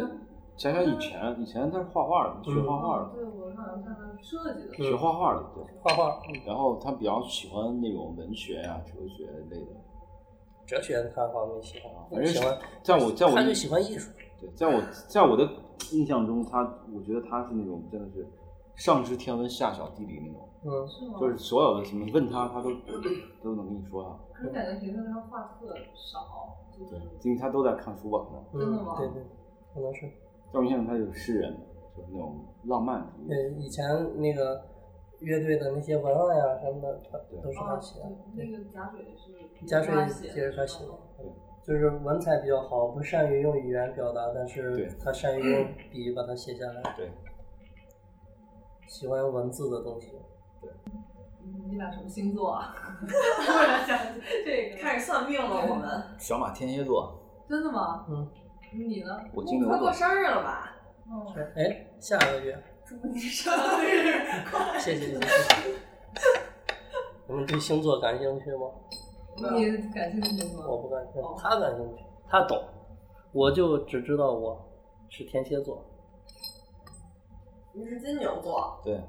前，嘉轩以前以前他是画画的，学
嗯
画画的，
哦对，我好像看他设计的。
学画画的，对。
画画、
然后他比较喜欢那种文学呀、哲学类的。
哲学他好像没喜
啊
欢，
反正
喜欢，
在我在我
他
印
就喜欢艺术，
对，在我在我的印象中，他我觉得他是那种真的是上知天文下晓地理那种，
嗯。
是吗？
就是所有的什么问他他都都能跟你说啊。
可是感觉平时他话特少，就是
因为他都在看书吧，可能。
嗯，
真的吗
对对，可能是。
在我印象中他就是诗人，就是那种浪漫主义。
对，呃以前那个乐队的那些文案呀、什么的，他都是他
啊，
写的。
对，那个假水也
嗯
是
加水
他
也是他写
的
的，嗯就是文采比较好，不善于用语言表达，但
对
是他善于用笔把它写下来，
对，
喜欢文字的东西。
嗯你俩什么星座啊？突然想起这 个，
开始算命了，我们
小马天蝎座，
真的吗？
嗯，
你呢？
我金牛
快
座
过，生日了吧？
嗯，
哎，下个月，
祝你生日快乐！
谢谢谢谢。谢谢 你们对星座感兴趣吗？
你感兴趣吗？
我不感兴趣，他感兴趣，他懂，我就只知道我是天蝎座，
你是金牛座，
对，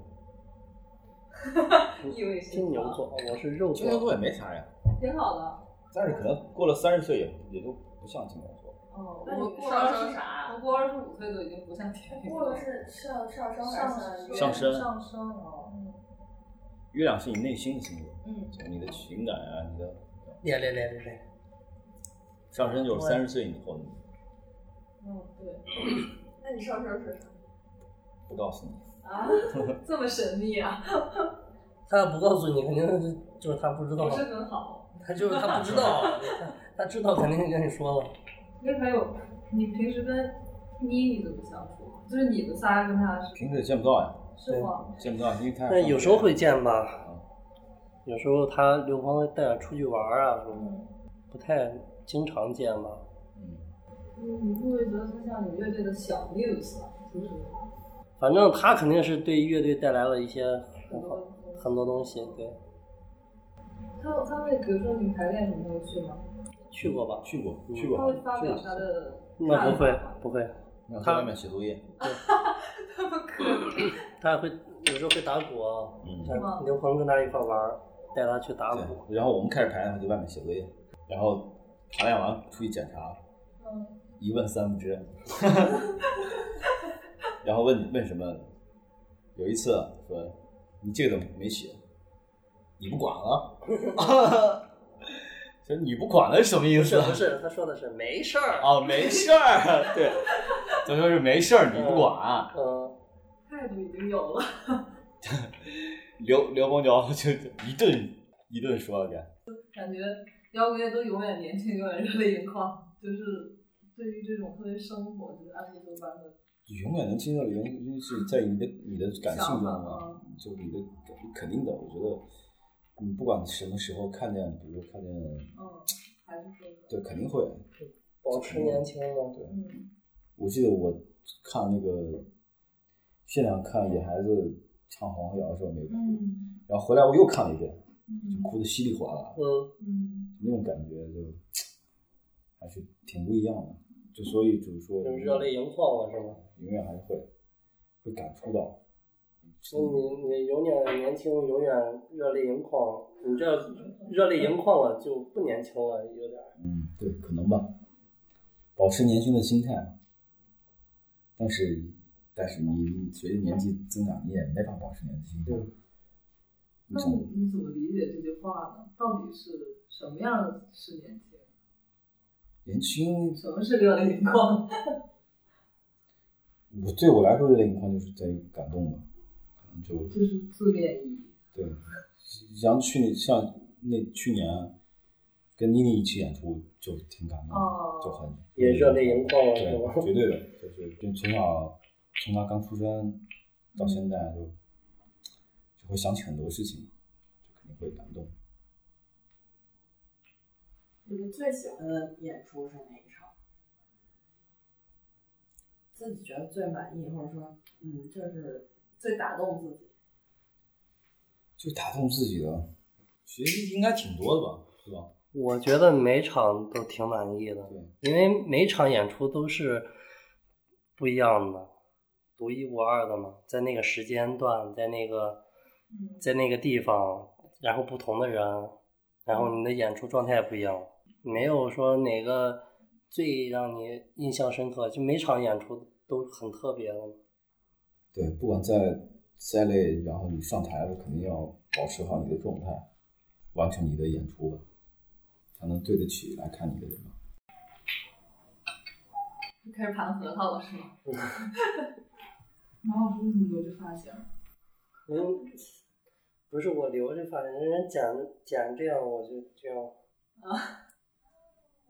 意味深
金牛
长，
座，哦我是肉
金牛座
座，
也没啥呀，
挺好的。
但是可能过了三十岁也也就不像金牛座。
哦，
那
我
你
过
上
二
升
十
啥啊
我过二十五岁都已经不像天蝎
过
座
的
了。
是上上升嗯还是
上升
上升哦，
月亮是你内心的星座，
嗯，
就你的情感啊，你的
练练练练练。
上升就是三十岁以后，
嗯，对
那你上升是啥？
不告诉你。
啊，这么神秘啊，
他要不告诉你，肯定是就是他不知道
不，是很好。
他就是他不知道， 他他知道肯定跟你说了。
那还有，你平时跟妮妮怎么相处？就是你们仨跟他是
平时也见不到呀，
是吗？
见不到，因为他
那有时候会见吧
嗯，
有时候他刘鹏会带我出去玩儿啊什么的，
嗯，
不太经常见吧。
嗯，
你会不会觉得他像你乐队的小 Muse 啊？就是
嗯反正他肯定是对乐队带来了一些
很
很好
多
很多东西。对，
他他会比如说你排练什么时候去吗？
去过吧？
去过，
嗯
去
他
过
会，发表他的
那不会
看法吗
不会，
那在外面写作业，
他们可能
他会有时候会打鼓啊
嗯，
像刘鹏跟他一块玩儿，带他去打鼓。
对，然后我们开始排练，就外面写作业，然后排练完出去检查，
嗯
一问三不知，然后问问什么，有一次说你这个怎么没写，你不管了， 说你不管了是什么意
不
思
是？不是，他说的是没事儿。
哦，没事儿，对， 他说是没事儿，你不管。
嗯，
态度已经有了。
刘刘邦交就一顿一顿说了点，
摇滚乐都永远年轻，永远热泪盈眶，就是对于这种特别生活，就是按部就班的
永远能听到的原因是在你的你的感性中
想法
嘛，就你的肯定的，我觉得你不管什么时候看见，比如看见，
嗯，还是这个，
对，肯定会。
保持年轻嘛。
对，
嗯，
我记得我看那个现场看野孩子唱《黄鹤谣》的时候没哭，
嗯
然后回来我又看了一遍，就
嗯
哭的稀里哗啦，
嗯。
嗯，
那种感觉就还是挺不一样的。就所以就是说，
就是热泪盈眶了，是吗？
永远还是会会感触到。
所以你你永远年轻，永远热泪盈眶，你这热泪盈眶了就不年轻了，有点儿。
嗯，对，可能吧。保持年轻的心态，但是但是你随着年纪增长，你也没法保持年轻。对，你
那
总
你你怎么理解这句话呢？到底是什么样的是年轻？
年轻，
什么是热泪盈眶？
我对我来说热泪盈眶就是在于感动吧，可能 就
就是字面意义。
对。像去年像那去年跟妮妮一起演出，就挺感动的，
哦
就很
也热泪盈眶了，是
对，
吗？
绝对的，就是就从小从他刚出生到现在就，就会想起很多事情，就肯定会感动。
你们最喜欢的演出是哪一场？自己觉得最满意，或者说，嗯，就是最打动自己。
就打动自己的，其实应该挺多的吧，是吧？
我觉得每场都挺满意的，
对
因为每场演出都是不一样的，独一无二的嘛，在那个时间段，在那个
嗯
在那个地方，然后不同的人，然后你的演出状态也不一样，没有说哪个最让你印象深刻，就每场演出都很特别的。
对，不管在在内，然后你上台了，肯定要保持好你的状态，完成你的演出吧，才能对得起来看你的人吧。
就开始盘核桃了是
嗯
吗？马老师，你留这发型，
嗯，不是我留这发型，人家剪剪这样我就这样，
嗯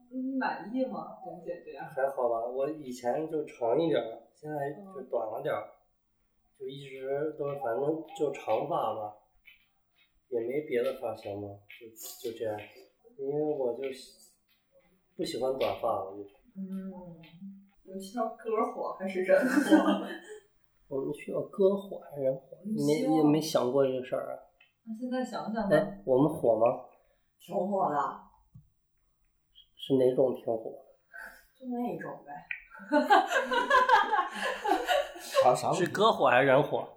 你满意吗？红姐这样，
还好吧。我以前就长一点儿，现在就短了点儿，就一直都反正就长发吧，也没别的发型嘛，就就这样。因为我就喜不喜欢短发，我就
嗯，
你需要歌火还是 人火？
我们需要歌火还是人火？你
希
没
望
你没想过这个事儿啊？
那现在想想呢？
哎，我们火吗？
挺火的，
是哪种挺火？
就那种呗。
啥啥问
是
题？
歌火还是人火？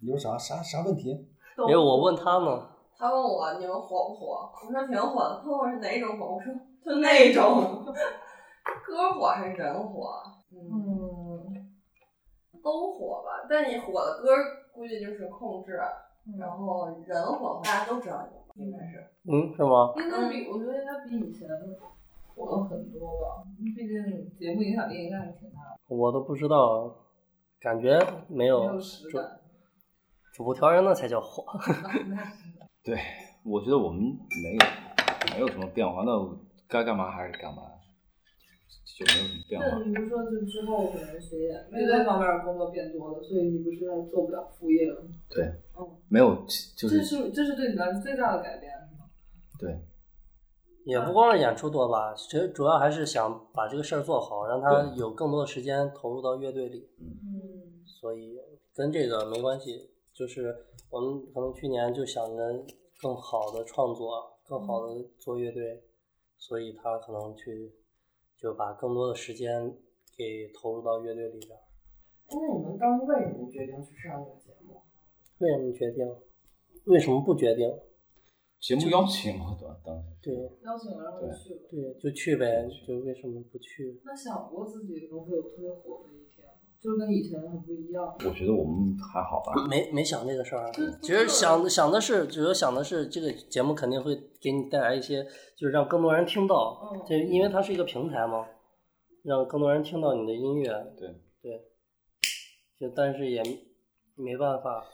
你有啥啥啥问题？
嗯
没有，我问他呢。
他问我你们火不火，我说挺火的。他问我是哪种火，我说就 那种。歌火还是人火？嗯，
嗯
都火吧。但你火的歌估计就是控制，然后人火大家都知道你，应该是。
嗯，是吗？
应该比我觉得应该比以前火了很多吧，毕竟节目影响力应该还挺大的。
我都不知道，感觉没
没
有
有实感
主播调人那才叫火。
对，我觉得我们没有没有什么变化，那我该干嘛还是干嘛，就没有什么变
那
化。
你不是说就之后可能学业
因为这方面的工作变多了，所以你不是做不了副业了吗？
没有，
这
就是
是这是对你来说最大的改变。
对，
也不光是演出多吧，其实主要还是想把这个事儿做好，让他有更多的时间投入到乐队里。
嗯
所以跟这个没关系。就是我们可能去年就想着更好的创作，更好的做乐队，所以他可能去就把更多的时间给投入到乐队里边儿。
那你们当时为什么决定去上这个节目？
为什么决定？为什么不决定？
节目邀请嘛，对吧？当时
对
邀请了，然后去了。
嗯对，就去呗，就为什么不去？
那想过自己能会有特别火的一天吗？就是跟以前很不一样。
我觉得我们还好吧。
没没想这个事儿啊
就，
其实想想的是，主要想的是这个节目肯定会给你带来一些，就是让更多人听到，
嗯
就因为它是一个平台嘛，让更多人听到你的音乐，
对，
就但是也没办法，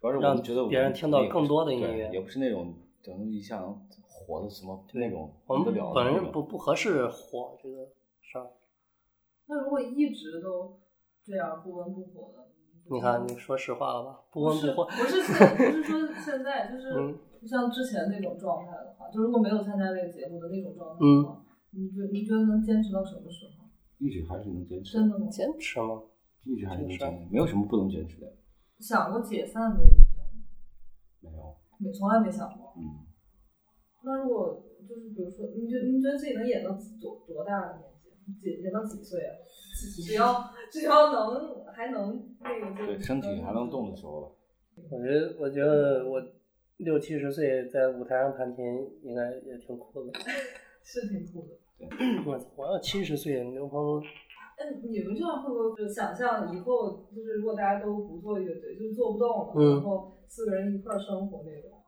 主要是我们觉得
让
我们
别人听到
也不是
更多的音
对
乐
也不是那种能一下能火的什么
对
那种
我
不
们
得了的
本
那
人
种
不不合适火这个事儿。
那如果一直都这样不温不火的，
你看，你说实话了吧？嗯不
不
温
是
不火，
不是现不是说现在， 就是
嗯
不像之前那种状态的话，就如果没有参加这个节目的那种状态
嗯
的话，你觉你觉得能坚持到什么时候？
一直还是能坚持，
真的吗？
坚持嘛。
一直还是能坚
这个
持，没有什么不能坚持的，
想过解散的一天吗？
没有。
没从来没想过。
嗯，
那如果就是比如说，你觉你觉得自己能演到多多大的年纪？演演到几岁啊？只要只要能还能那个就
对，身体还能动的时候吧。
我觉得，我觉得我六七十岁在舞台上弹琴，应该也挺酷的。
是挺酷的。
我我要七十岁，刘鹏
那你们这样会不会就想象以后就是如果大家都不做乐队，就是做不动了，
嗯
然后四个人一块儿生活那种？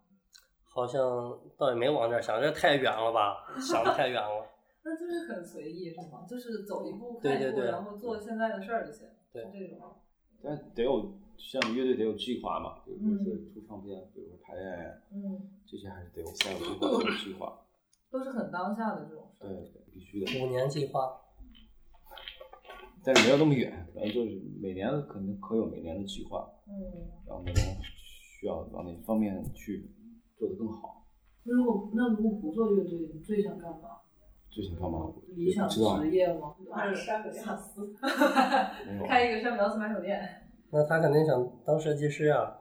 好像倒也没往这儿想，这太远了吧？想的太远了。
那就是很随意是吗？就是走一步
对
看一步，
对对
然后做现在的事儿就行，
对
是这种吗。
但是得有像乐队得有计划嘛，比如说是出唱片，比如说排练呀，
嗯，
这些还是得有才有计划，有计划。
都是很当下的这种事儿。
对，对必须的。
五年计划，
但是没有那么远，反正就是每年肯定可有每年的计划，
嗯，
然后每年需要往哪方面去做得更好。
那如果那如果不做乐队，你最想干嘛？
最想干嘛？我
理
也
想
不知道，
职业吗？
山本耀司。
没有。
开一个山苗子买手店，
那他肯定想当设计师啊。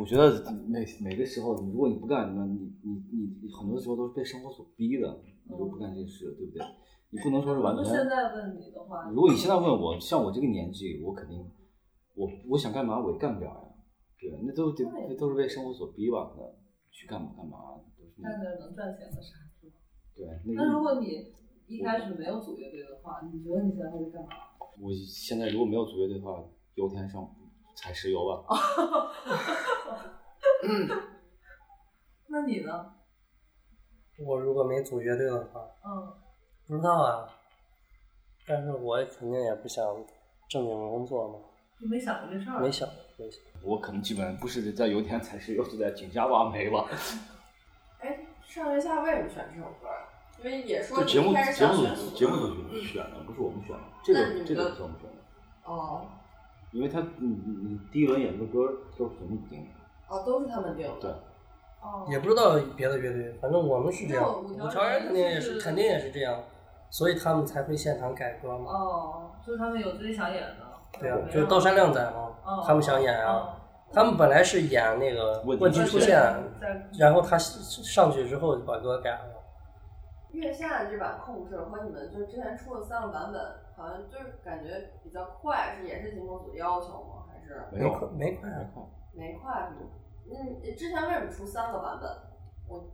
我觉得每每个时候，如果你不干，那你你你你很多时候都是被生活所逼的，你就不干这个事，对不对？你不能说是完
如果
全。
现在问你的话，
如果你现在问我，像我这个年纪，我肯定，我我想干嘛我也干不了呀，对，那都得那都是被生活所逼吧，那去干嘛干嘛，啊都是那
干点能赚钱的事儿。是吧
对。
嗯
那
那
个
如果你一开始没有组乐队的话，你觉得你现在会干嘛？
我现在如果没有组乐队的话，油田上采石油吧，
那你呢？
我如果没组乐队的话，
嗯，
不知道啊。但是我肯定也不想正经工作嘛，
就没想过这事儿。
没想没想。
我可能基本上不是在油田采石油，是在井下挖煤吧。
哎，上月下为什么选这首歌啊？因为也说
这
你
节目
一开始
节
想
目
选
组节目
组
组选的，不是我们选的，
嗯
这
那你
个
们
这个
的
不是我们选的，
哦
因为他你你你第一轮演的歌都是节目定的，
哦，都是他们定的。
对。
哦，
也不知道别的乐队，反正我们是这样，
没有
五
五
条
条
人肯
人
定也
就是是
肯定也是这样，所以他们才会现场改歌嘛。
哦，就是他们有自己想演的。
对啊
没，有哦
就是道山亮仔嘛，他们想演啊，。他们本来是演那个
问题
问题
出
出现，
在
然后他上去之后就把歌改了。
月下的这版控制和你们就是之前出的三个版本，好像就是感觉比较快，是也是节目组的要求吗？还是
没有
快没快
没空。
没快是吗？嗯，之前为什么出三个版本？我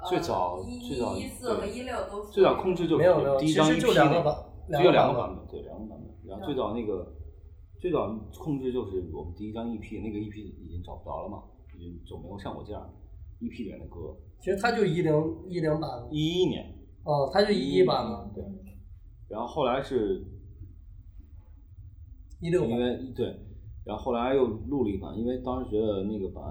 呃
最早
一
最早
一四和一六都出，
最早控制就
没有没有
第一张
其实就
EP
两个
那
版
对
两
就
个
两个
版
版本，对两个版本。然后最早那个最早控制就是我们第一张 EP，那个 EP 已经找不着了嘛，已经就没有像我这样 EP 里面的歌。
其实它就一零一零版嘛，
一一年，
哦，它就一一版嘛，
对。
嗯
然后后来是
一六
因
版，
为对，然后后来又录了一版，因为当时觉得那个版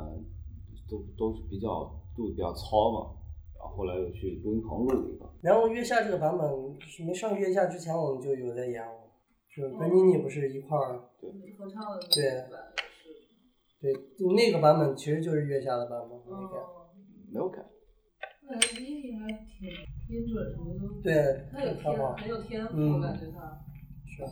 都都是比较录的比较糙嘛，然后后来又去录音棚录了一版。
然后月下这个版本是没上月下之前我们就有在演过，就是跟妮妮不是一块儿，
合唱的
对啊
版是
对，就那个版本其实就是月下的版本，那个
哦，
没有改，
我感觉第一应该挺音准什么都，
对，
他有
很好
天，很有天赋，
嗯
我感觉他。
是啊吧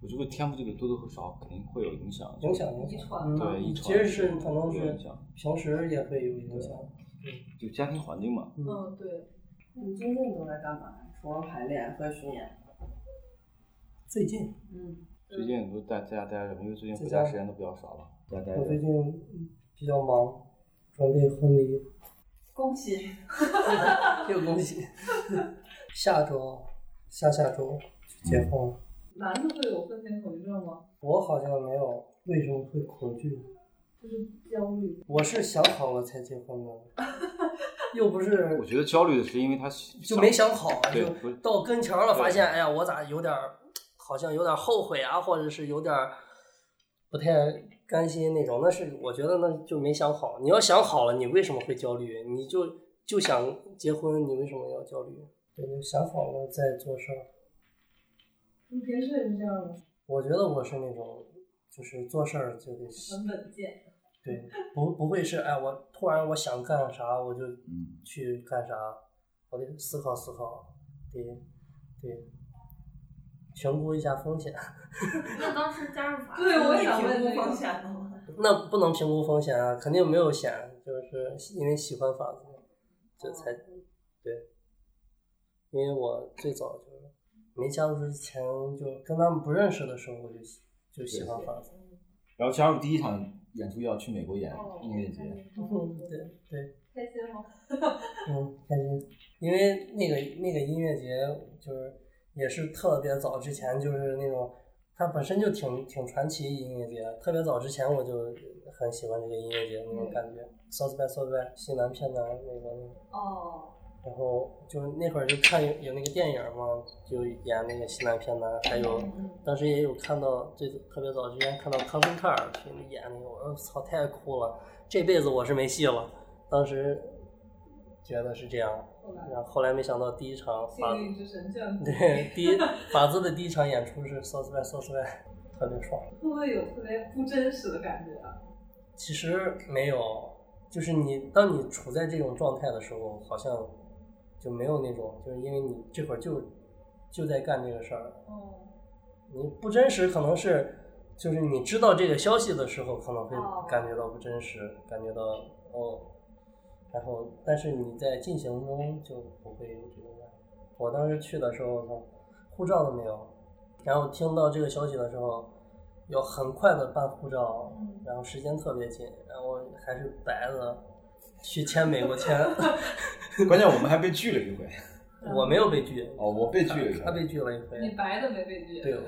我觉得天赋这个多多和少肯定会有影响，
影响影
遗
响，
传
嗯，
对，遗
其
传
实是可能
有影
是
响，
平时也会有影响，
就家庭环境嘛。
嗯，
嗯，对，
你们最近都在干嘛？除了排练和巡演，
最近
嗯，
最近都在在家待着，因为最近回
在
家
家
时间都比较少了，在家待
我最
着。
近嗯比较忙，准备婚礼，
恭喜！
又恭喜， 下周下下周就结婚了。
男的会有婚前恐惧症吗？
我好像没有，为什么会恐惧？
就是焦虑，
我是想好了才结婚的，又不是
我觉得焦虑的是因为他
就没想好啊，
对
就
不是
到跟前儿了，发
对
现哎呀，我咋有点儿好像有点儿后悔啊，或者是有点儿不太甘心那种。那是我觉得那就没想好。你要想好了，你为什么会焦虑？你就就想结婚，你为什么要焦虑？对，就想好了再做事儿。
你平时也是这样吗？
我觉得我是那种，就是做事儿就得
很稳健，
对，不不会是哎，我突然我想干啥我就
嗯
去干啥，我得思考思考，得得评估一下风险。
那当时加入法
对我也想问这个
风险的吗？
那不能评估风险啊，肯定没有险，就是因为喜欢法子，这才、对。因为我最早就是没加入之前，就跟他们不认识的时候，我就喜就喜欢法子。
然后加入第一场演出要去美国演
哦
音乐节，
嗯，对对。
开心吗？
嗯，开心，因为那个那个音乐节就是也是特别早之前，就是那种它本身就挺挺传奇音乐节，特别早之前我就很喜欢这个音乐节那种感觉。South by South by 西南偏南那个，
哦，
然后就是那会儿就看有有那个电影嘛，就演那个西南偏南，还有当时也有看到最特别早之前看到康斯泰尔去演那个，我操太酷了，这辈子我是没戏了。当时觉得是这样，
后来
然后后来没想到第一场法
幸运之神眷 顾，
对第一法兹的第一场演出是 South by South by，特别爽。
会不会有特别不真实的感觉啊？
其实没有，就是你当你处在这种状态的时候，好像就没有那种，就是因为你这会儿就就在干这个事儿，
哦，
你不真实可能是就是你知道这个消息的时候，可能会
哦
感觉到不真实，感觉到哦，然后但是你在进行中就不会有这种感觉。我当时去的时候，操，护照都没有，然后听到这个消息的时候，要很快的办护照，
嗯
然后时间特别紧，然后还是白的去签美国 签，
关键我们还被拒了一回。
我没有被拒，
哦，我被拒了一
他
回，
被拒了一
你
回，
白的没被拒，
对，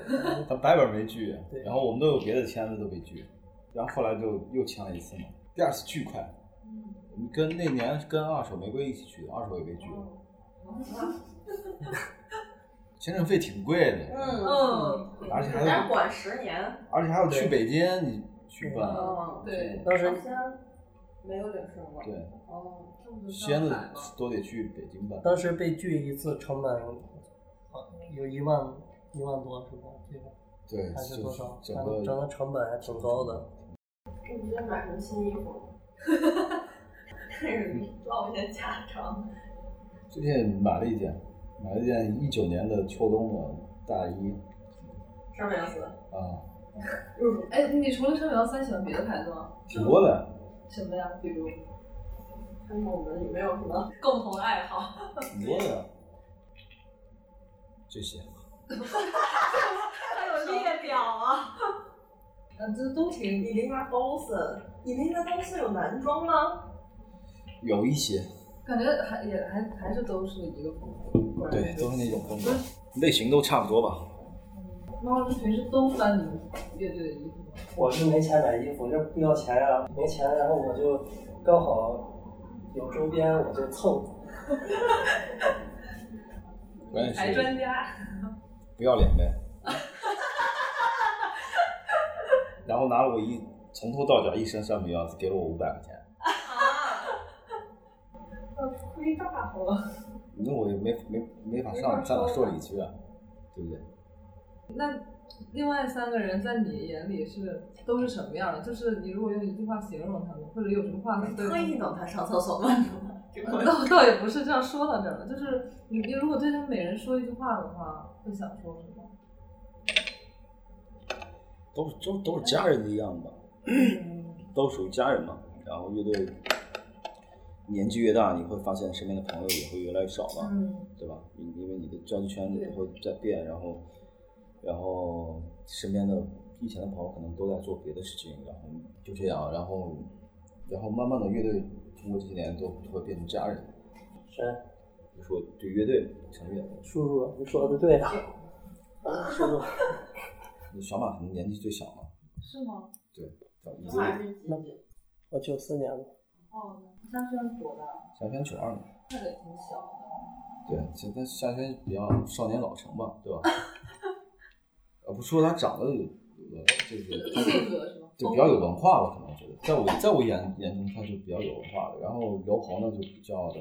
但白本没拒
对，
然后我们都有别的签子都被拒，然后后来就又签了一次嘛，第二次巨快。
嗯
我们跟那年跟二手玫瑰一起去的，二手也被拒了，签证费挺贵的，
嗯，
而且还
但是
要
管十年，
而且还要去北京，你去办，
哦
嗯，
对，
当时
好像没有领证过，
对，
哦，
签子
上海嘛
都得去北京办。
当时被拒一次成本，好有一万一万多是吧？这个
对，
还是
就
多
是
少？
整
反正整
个
个成本还挺高的。
你最近买什么新衣服吗？
唠一下家常，
最近买了一件，买了一件一九年的秋冬的大衣
上面有字，
啊，
哎，你除了上苗三喜欢别的牌子吗？
挺多的。
什么呀？比如
看看我们有没有什么
共同爱好，
没有，
嗯
这些
还有列表啊，
嗯，这都挺
伊琳娜·高森？伊琳娜·高森有男装吗？
有一些，
感觉还也还还是都是一个风格，
对，都是那种风格，类型都差不多吧。
猫老师平时都穿你们乐队的衣服吗？
我是没钱买衣服，这不要钱呀、没钱，然后我就刚好有周边，我就蹭。
我也
还
是
专家，
不要脸呗， 然后拿了我一从头到脚一身上米样子，给了我五百块钱。
啊
亏大了。
那我也没没没法上，上哪说理去啊？对不对？
另外三个人在你眼里是都是什么样的？就是你如果用一句话形容他们，或者有什么话对
特意 等他上厕所问出来，这个
倒倒也不是这样说到这儿了，就是你你如果对他们每人说一句话的话，会想说什么？
都是都都是家人的样子吧，
嗯
都属于家人嘛。然后乐队年纪越大，你会发现身边的朋友也会越来越少了。
嗯，
对吧？因因为你的交际圈也会在变，然后，然后身边的以前的朋友可能都在做别的事情，然后就这样，然后，然后慢慢的乐队通过这些年都都会变成家人。
谁？
比如说对乐队成员，
叔叔，你说的对啊。啊，叔叔，
小马可能年纪最小嘛，
是吗？
小一
小
岁
马，是几几？
我九四年 的，
哦，他虽然多大，
夏轩九二年，
那个也挺小的。
对，其实他夏轩比较少年老成吧，对吧？呃，不说他长得有呃， 就是他
性格是吧？
就比较有文化吧，可能我觉得，在我在我眼眼中他是比较有文化的。然后刘豪呢，就比较的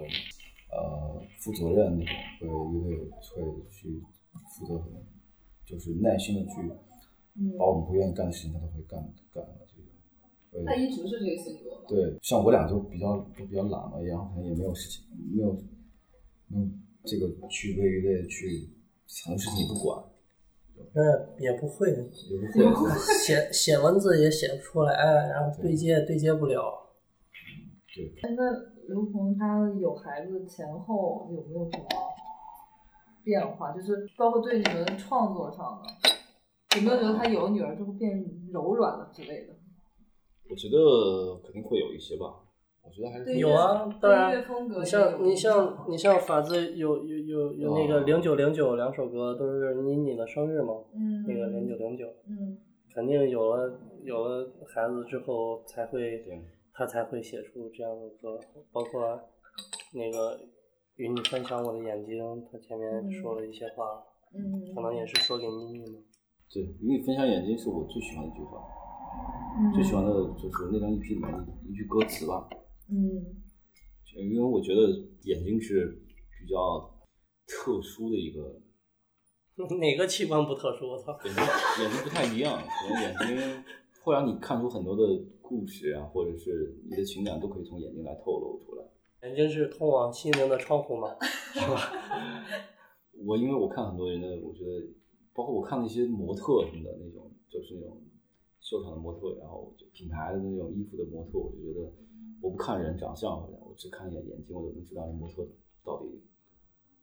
呃负责任那种，会乐队会去负责很，就是耐心的去
嗯
把我们不愿意干的事情他都会干干的这种。
他
会
一直是这个性格吗？
对，像我俩就比较都比较懒嘛，然后可能也没有事情，没有没有这个去为乐队去很多事情也不管，
那也不会，
也不会。
写写文字也写不出来，哎然后对接也对接不了。
刘鹏他有孩子前后有没有什么变化？就是包括对你们创作上的，有没有觉得他有女儿之后变柔软了之类的？
我觉得肯定会有一些吧，我觉得还是会
对
有啊
对，
当
音乐
然
风格。
你
也有
像你
影响
像你像法子有有有有那
哦
个零九零九两首歌都是你你的生日嘛，
嗯
那个零九零九，
嗯，
肯定有了有了孩子之后才会
对，
他才会写出这样的歌，包括那个与你分享我的眼睛，他前面说了一些话，
嗯
可能也是说给妮妮的。
对，与你分享眼睛是我最喜欢的一句话，
嗯
最喜欢的就是那张 EP 里面的一句歌词吧，
嗯
因为我觉得眼睛是比较特殊的一个，
哪个器官不特殊？我操！
眼睛眼睛不太一样，可能眼睛会让你看出很多的故事啊，或者是你的情感都可以从眼睛来透露出来。
眼睛是通往心灵的窗户 嘛，是吧？
我因为我看很多人的，我觉得包括我看那些模特什么的那种，就是那种秀场的模特，然后就品牌的那种衣服的模特，我就觉得我不看人长相，我只看一眼眼睛，我就能知道这模特到底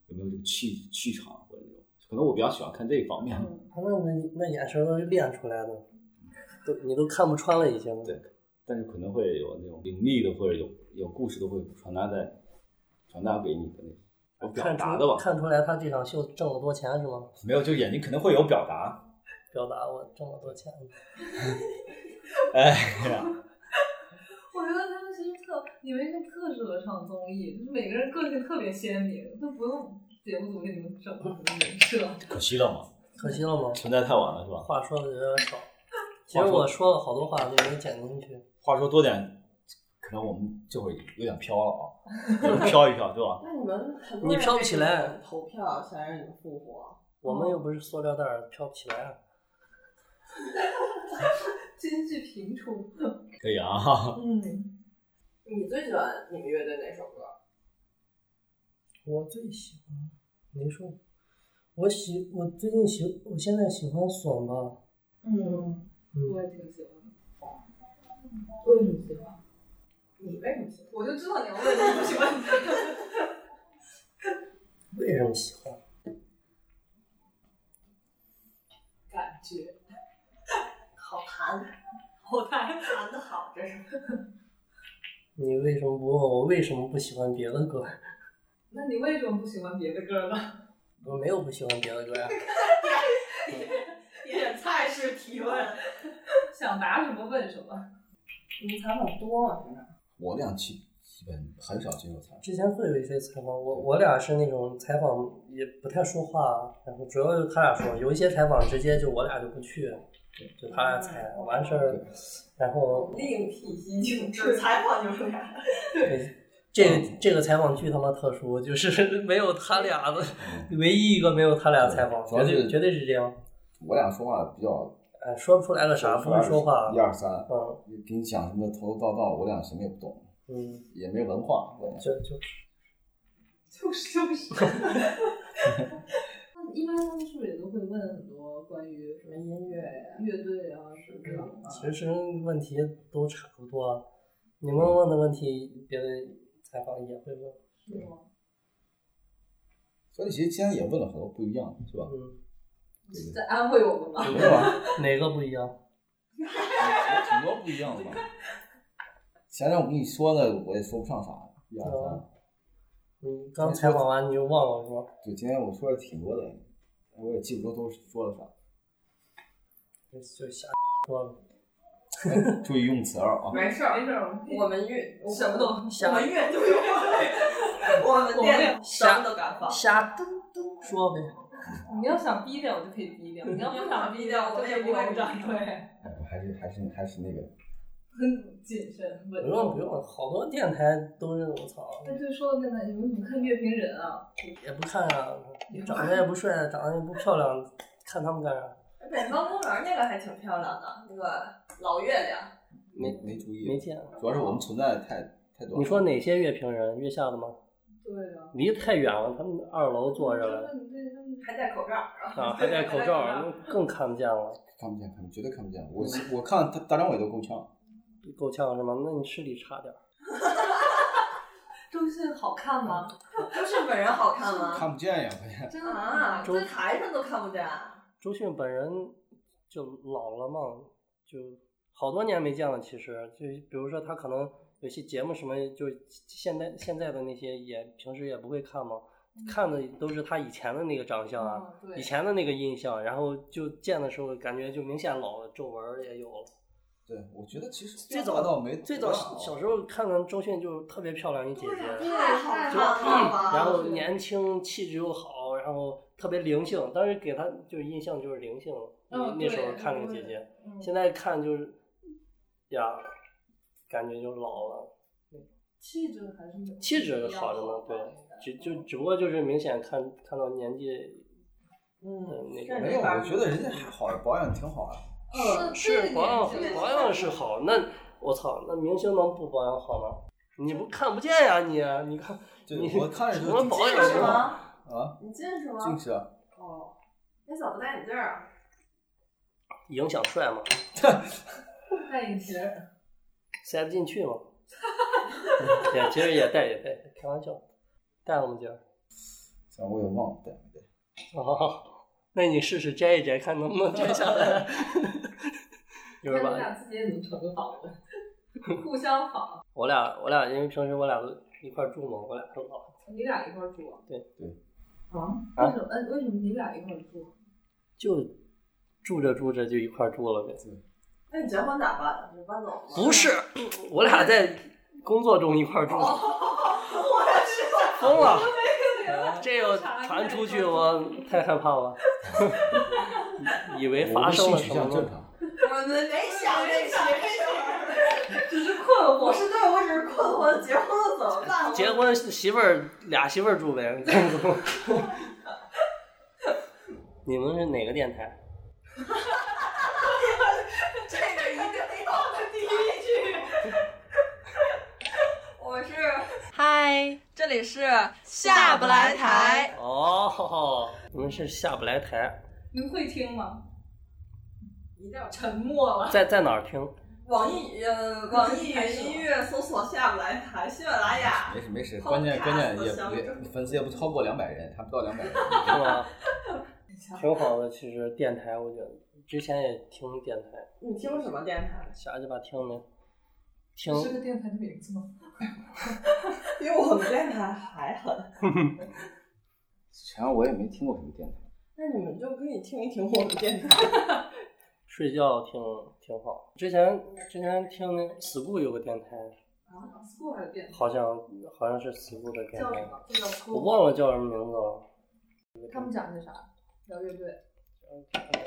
有没有这个气气场或者那种。可能我比较喜欢看这一方面，
他那那那眼神都是练出来的，都你都看不穿了已经。
对但是可能会有那种凌厉的或者有有故事的会传达在传达给你的那种。我表
看
达的
出
吧，
看出来他这场秀挣了多钱是吗？
没有，就眼睛可能会有表达。
表达我挣了多钱，
哎 呀，
我觉得他们其实特，你们应该特适合上综艺，就是每个人个性特别鲜明，都不用节目组给你们整什么人设。
可惜了嘛，
可惜了吗？
存在太晚了是吧？
话说的有点少，其实
话说
我说了好多话都没剪进去。
话说多点，可能我们这会儿有点飘了啊，我们飘一飘，对吧？
那你们很多
你
人
飘不起来
为你们投票想让你们复活，
我们又不是塑料袋儿，飘不起来啊。
金句频出，
可以啊，
嗯，
你最喜欢你们乐队哪首歌？
我最喜欢没说，我喜我最近喜我现在喜欢爽吧，
嗯，我也挺喜欢的。为什么喜欢？
你为什么喜欢？
我就知道你要问这个喜欢。
为什么喜欢？
感觉哦
好谈，
好谈，
谈的好，这是。
你为什么不问我为什么不喜欢别的歌？
那你为什么不喜欢别的歌 呢？
我没有不喜欢别的歌呀、
也太是提问了。
想答什么问什么。
你们采访多吗？平常？
我那两期基本很少接受采访，
之前会有一些采访，我我俩是那种采访也不太说话，然后主要就是他俩说，有一些采访直接就我俩就不去，就他俩
嗯
采完事儿，然后
另辟蹊径，
采访就是啥？
对这个这个采访巨他妈特殊， 就是没有他俩的，唯一一个没有他俩采访，绝嗯对绝对是这样，
我俩说话比较
哎，说不出来个啥，不会说话
一，二三，
嗯
给你讲什么头头道道，我俩什么也不懂，
嗯，
也没文化，我俩
就就
就是就是。
那一般他们是不是也都会问很多关于
什么音乐呀？
乐队啊什么这种啊？
嗯其实问题都差不多，啊你们问的问题，别的采访也会问，
是吗？
所以其实今天也问了很多不一样的，是吧？
嗯，
对
在安慰我们吗？
对吧？
哪个不一样？
挺多不一样的吧。前两天我跟你说的，我也说不上啥，一二
哦
三。
你刚采访完你就忘了是吧？
对，今天我说的挺多的，我也记不住都说了啥。
就就瞎说了。
注意用词儿啊！
没事儿，
没事儿，们可以
我们乐，我
什么都能
我们乐队，我们店什么都敢放。
瞎嘟嘟说呗。
你要想逼掉，我就可以逼掉；你要不想逼掉，我就不会站对，
哎我还是还是还是那个，
很谨慎
不
稳
用
重
不。用，好多电台都是我操，
那就说的那个，你们怎么看乐评人啊？
也不看呀、长得也不帅，长得也不漂亮，看他们干啥？
北方公园那个还挺漂亮的，那个老月亮，
没没注意，
没见。
主要是我们存在的太太短了。
你说哪些乐评人？月下的吗？
对啊，
离太远了，他们二楼坐着了
你对他们
还戴口罩，然后
啊，还戴口罩， 那更看不见了，
看不见，看不见，绝对看不见。我我看大大张伟都够
啊
呛，
够呛是吗？那你视力差点儿。
周迅好看吗？
不是本人好看吗？
看不见呀，关键。
真的
啊，
周
在台上都看不见。
周迅本人就老了嘛，就好多年没见了。其实，就比如说他可能有些节目什么，就现在现在的那些也平时也不会看嘛，看的都是他以前的那个长相啊，
嗯对
以前的那个印象，然后就见的时候感觉就明显老了，皱纹儿也有了。
对，我觉得其实
最
变化倒
早
没
最早
多大啊
小时候看看周迅就特别漂亮一姐
啊
姐，
太好看了吧！
嗯然后年轻气质又好，然后特别灵性，当时给她就印象就是灵性了。
嗯
那
对
时候看那个姐姐。
嗯
现在看就是呀，感觉就老了，
气质还是
气质好着呢，对，只就只不过就是明显看看到年纪，嗯，那
是
个
没有，我觉得人家还好，保养挺好啊呀。
嗯
是保养
这个年纪
保养是好，那我操，那明星能不保养好吗？你不看不见呀你，啊你看
就
你
我看着
什
就
么
近
保
视
养
近视
是吧
吗？
啊，
你近视吗？
近视啊。
哦，你怎么不戴眼镜儿啊？
影响帅嘛，
戴眼镜儿，
塞得进去嘛， 也其实也戴也戴，开玩笑，戴了吗今儿？
虽然我也忘了戴没戴。
哦，那你试试摘一摘，看能不能摘下来。 一会儿
看你
把
俩自己也能成个访问，互相访。
我俩，我俩因为平时我俩都一块儿住嘛，我俩都老
你俩一块儿住啊？
对
对。
啊？
啊
为什么？哎，为什么你俩一块儿住？
就住着住着就一块儿住了呗。
那你结婚咋办？你搬走吗？
不是，哦我俩在工作中一块儿住，
我也是，
疯 了。这要传出去，我太害怕了， 以为
我
发
们
生
性
了
取
什
向正
么。
常。
我们没想这些。
只是困
我是对，我只是困惑，结婚了怎么办？
结婚媳妇儿俩媳妇儿住呗。你们是哪个电台？
这个一定要第一句。我是
嗨，
这里是
下不来台，
哦，你们是下不来台，
你们会听吗？
一定要
沉默了。
在在哪儿听？
网易呃，网易云音乐搜索下不来台，喜马拉雅
没事没事，
Podcast
关键关键也
相
也粉丝也不超过两百人，还不到两百人。
是 吧？挺好的，其实电台我觉得之前也听电台，
你听什么电台？
瞎鸡巴听的，听
是个电台的名字吗？
比我们电台还狠。
前我也没听过什么电台，
那你们就可以听一听我们电台。
睡觉挺挺好。之前之前听那 school 有个电台，
啊，school 还有电台
好像好像是 school 的电
叫什
台，
么？就叫 school。
我忘了叫什么名字了。
他们讲些啥？聊乐队，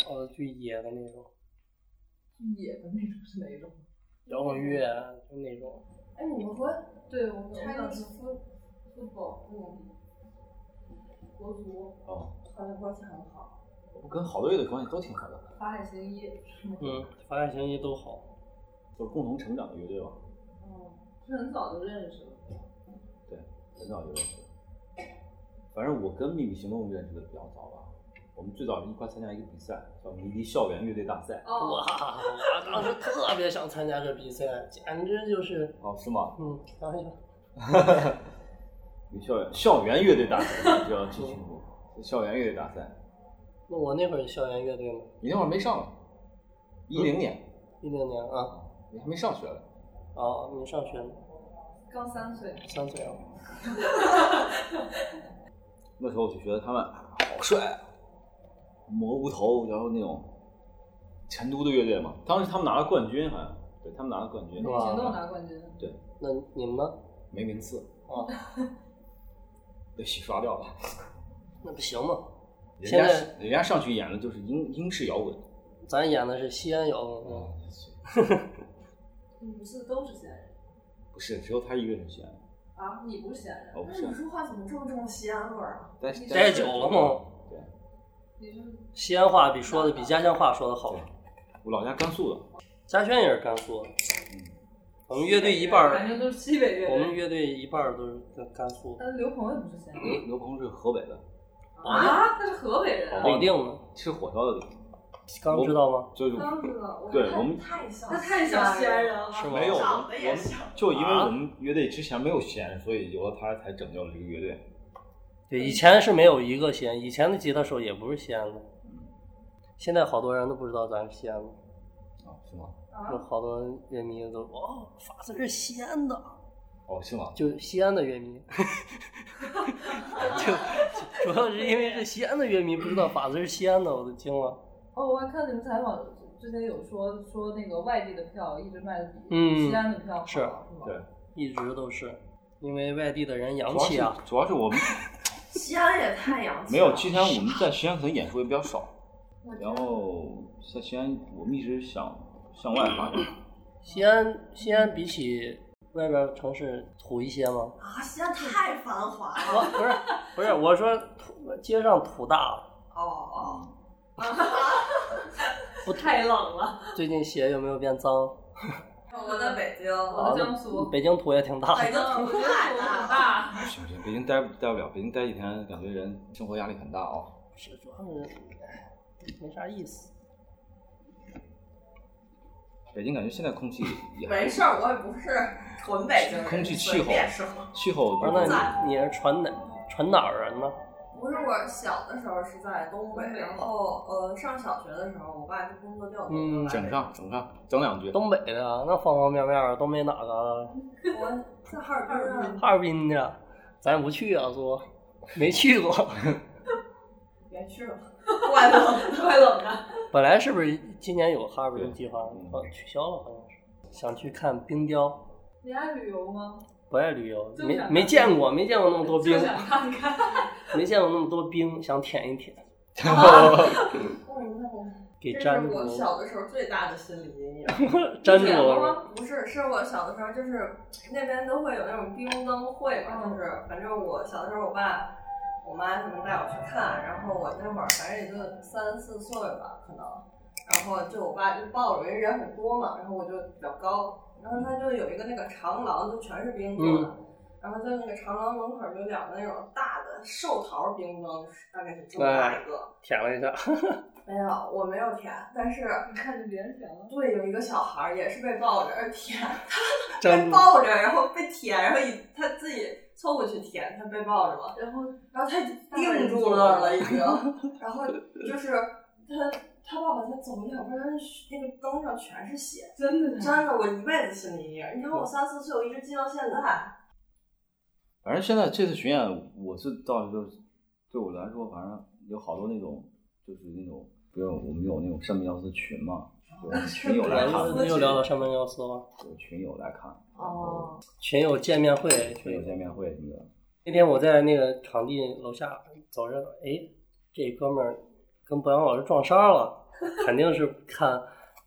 哦，就野的那种
野的那种是哪一种？
摇滚乐，啊就那种。
哎，你们和
对，我们
Chinese
是
food football 那种国足
哦，
好像关系很好。
我跟好多乐队关系都挺好的，
法海行医，是吗？
嗯，发展型一都好。
就是共同成长的乐队吧，
哦，是很早就认识了。
很早就认识了。反正我跟秘密行动认识的比较早吧，我们最早是一块参加一个比赛，叫迷笛校园乐队大赛。
哇，
哦，
我当时特别想参加这比赛，简直就是，
哦，是吗？
嗯，然后就
有校园校园乐队大赛，就要记清楚，校园乐队大赛。
那我那会儿校园乐队嘛，
你那会儿没上了，一零年，
一零年啊，
你还没上学了。
啊，你上学了，
刚三岁，
三岁啊，
那时候我就觉得他们啊好帅啊，蘑菇头，然后那种成都的乐队嘛，当时他们拿了冠军，好像对他们拿了冠军
行，
哇
动拿冠军。
那你们呢？
没名次，
啊，
哦
被洗刷掉了。
那不行嘛，
人
现
家
在
人家上去演的就是英英式摇滚，
咱演的是西安摇滚
嗯
哦
乐，
你们嗯是都是闲人
不是只有他一个人喜欢，
啊？你不是闲
哦
人，
我不
那
是
你，说话怎么这么重西安味儿啊？
待
你
待久了嘛，
对，
你是
西安话比说的比家乡话说的好
对。我老家甘肃的，
嘉轩也是甘肃的，
嗯，
我们乐队一半
反
儿，
正都是西北乐队。
我们乐队一半儿都是甘甘肃的，
但是刘鹏也不是闲人
嗯
刘刘鹏是河北的，
啊，他是河北人啊。
保定的，
吃火烧的地方，
刚知道吗？
就是
刚知道，我
对我们
太像
他太像西安人了。
是吗？
没有，我
长
们
得
我
也
们
像
就因为
啊
我们乐队之前没有西安人，所以有了他才拯救了这个乐队。
对，以前是没有一个西安，以前的吉他手也不是西安的，现在好多人都不知道咱是西安的，
啊，是吗？
有好多乐迷都哦，法子是西安的，
哦，是吗？
就西安的乐迷，就主要是因为是西安的乐迷不知道法子是西安的，我都惊了。
哦，我还看你们采访之前有说说那个外地的票一直卖的比
嗯
西安的票好，
是
是吗？
对
一直都是因为外地的人
主
洋
要
气
是
啊，
主要是我们
西安也太洋气
没
了。
有之前我们在西安可能演出也比较少，然后在西安我们一直想向外发展。
西安西安比起外边儿城市土一些吗？
啊，西安太繁华了。
我不是不是，我说土街上土大，
哦哦，
不太冷了，
最近鞋有没有变脏？
我在北
嗯
京，
我在江苏，
北京土也挺大
北
的，
京
啊我
哦
觉
土
得
太
我
大了。
很大，
不行不行，北京待不待不了，北京待几天感觉人生活压力很大啊、
是主要是哎没啥意思。
北京感觉现在空气 也
没事儿，我也不是纯北京人，
空气
随
气候
便说
气候
不是，
就是
啊那你你是传哪传哪儿人呢？
不是我小的时候是在东北，然
哦
后呃上小学的时候，我爸就工作调动
嗯
来
整
北
上整上整两句。
东北的啊，那方方面面儿都没哪个
京，我在哈尔
嗯
滨啊，
哈尔滨的，咱不去啊，说没去过。
别去了。
怪冷。
快冷的。
本来是不是今年有哈尔滨计划
对，
哦，取消了好像是。想去看冰雕，
你爱旅游吗？
不爱旅游，
就
没
想
没见过，没见过那 么多
就
冰，
想看看。
没见过那么多冰，想舔一舔，
嗯，那我
给
这
粘
是
住
我
了，
小的时候最大的心理阴影。
粘住
舔过
了。
吗？
不是，是我小的时候，就是那边都会有那种冰灯会嘛，就是反正我小的时候，我爸、我妈他们带我去看，然后我那会儿反正也就三四岁吧，可能，然后就我爸就抱着，因为人很多嘛，然后我就比较高，然后他就有一个那个长廊，就全是冰做的，然后在那个长廊门口有两个那种大的寿桃冰灯大概是这么大一个，
舔了一下，
没有，我没有舔，但是
你看着别人舔了，
对，有一个小孩儿也是被抱着而舔，
粘
被
住
抱着，然后被舔，然后一他自己凑过去舔，他被抱着嘛，
然后
然后他定住那儿了已经，然后就是他他爸爸他走两边儿，那个灯上全是血，
真的
真的我一辈子心理阴影。你看我三四岁，我一直记到现在。
反正现在这次巡演，我是到一个对我来说，反正有好多那种就是那种，比如我们有那种上面要是群嘛，有群友来看，
又又聊到上面要说了，
有群友来看，然后
哦，
群友见面会，
群友见面会什么的，
那天我在那个场地楼下走着，哎，这哥们儿跟博洋老师撞衫了，肯定是看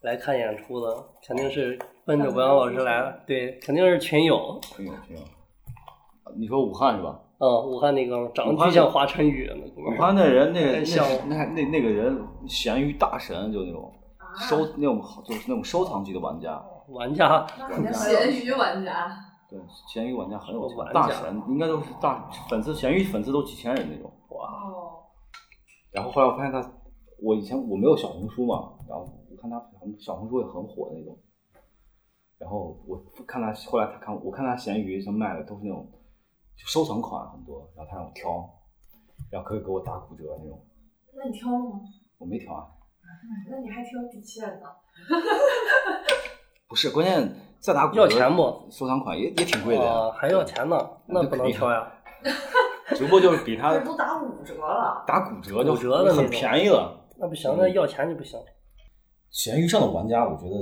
来看演出的，肯定是奔着博洋老师来的，对，肯定是群友。
群友群友。啊你说武汉是吧？
嗯，武汉那哥们儿长
武
得
汉
巨像华晨宇，那哥
武
们儿
汉那人，那个
太像了
哎那那那那个人，咸鱼大神，就那种
啊
收那种就是那种收藏级的玩家，
玩家，
咸鱼玩家，
对，咸鱼玩家很有
玩
钱，
家
大神应该都是大粉丝，咸鱼粉丝都几千人那种。哇！
哦，
然后后来我发现他，我以前我没有小红书嘛，然后我看他小红书也很火的那种，然后我看他后来他看我看他咸鱼上卖的都是那种就收藏款很多，然后他让我挑，然后可以给我打骨折那种，
那你挑了吗？
我没挑啊。
那你还挺有底气的。
不是，关键再打骨折
要钱不？
收藏款也也挺贵的呀
啊，，还要钱呢，那不能挑呀。
只不过就是比他
这都打五折了，
打骨折就
骨折的那种
很便宜了。
那不行，那要钱就不行。
闲鱼上的玩家，我觉得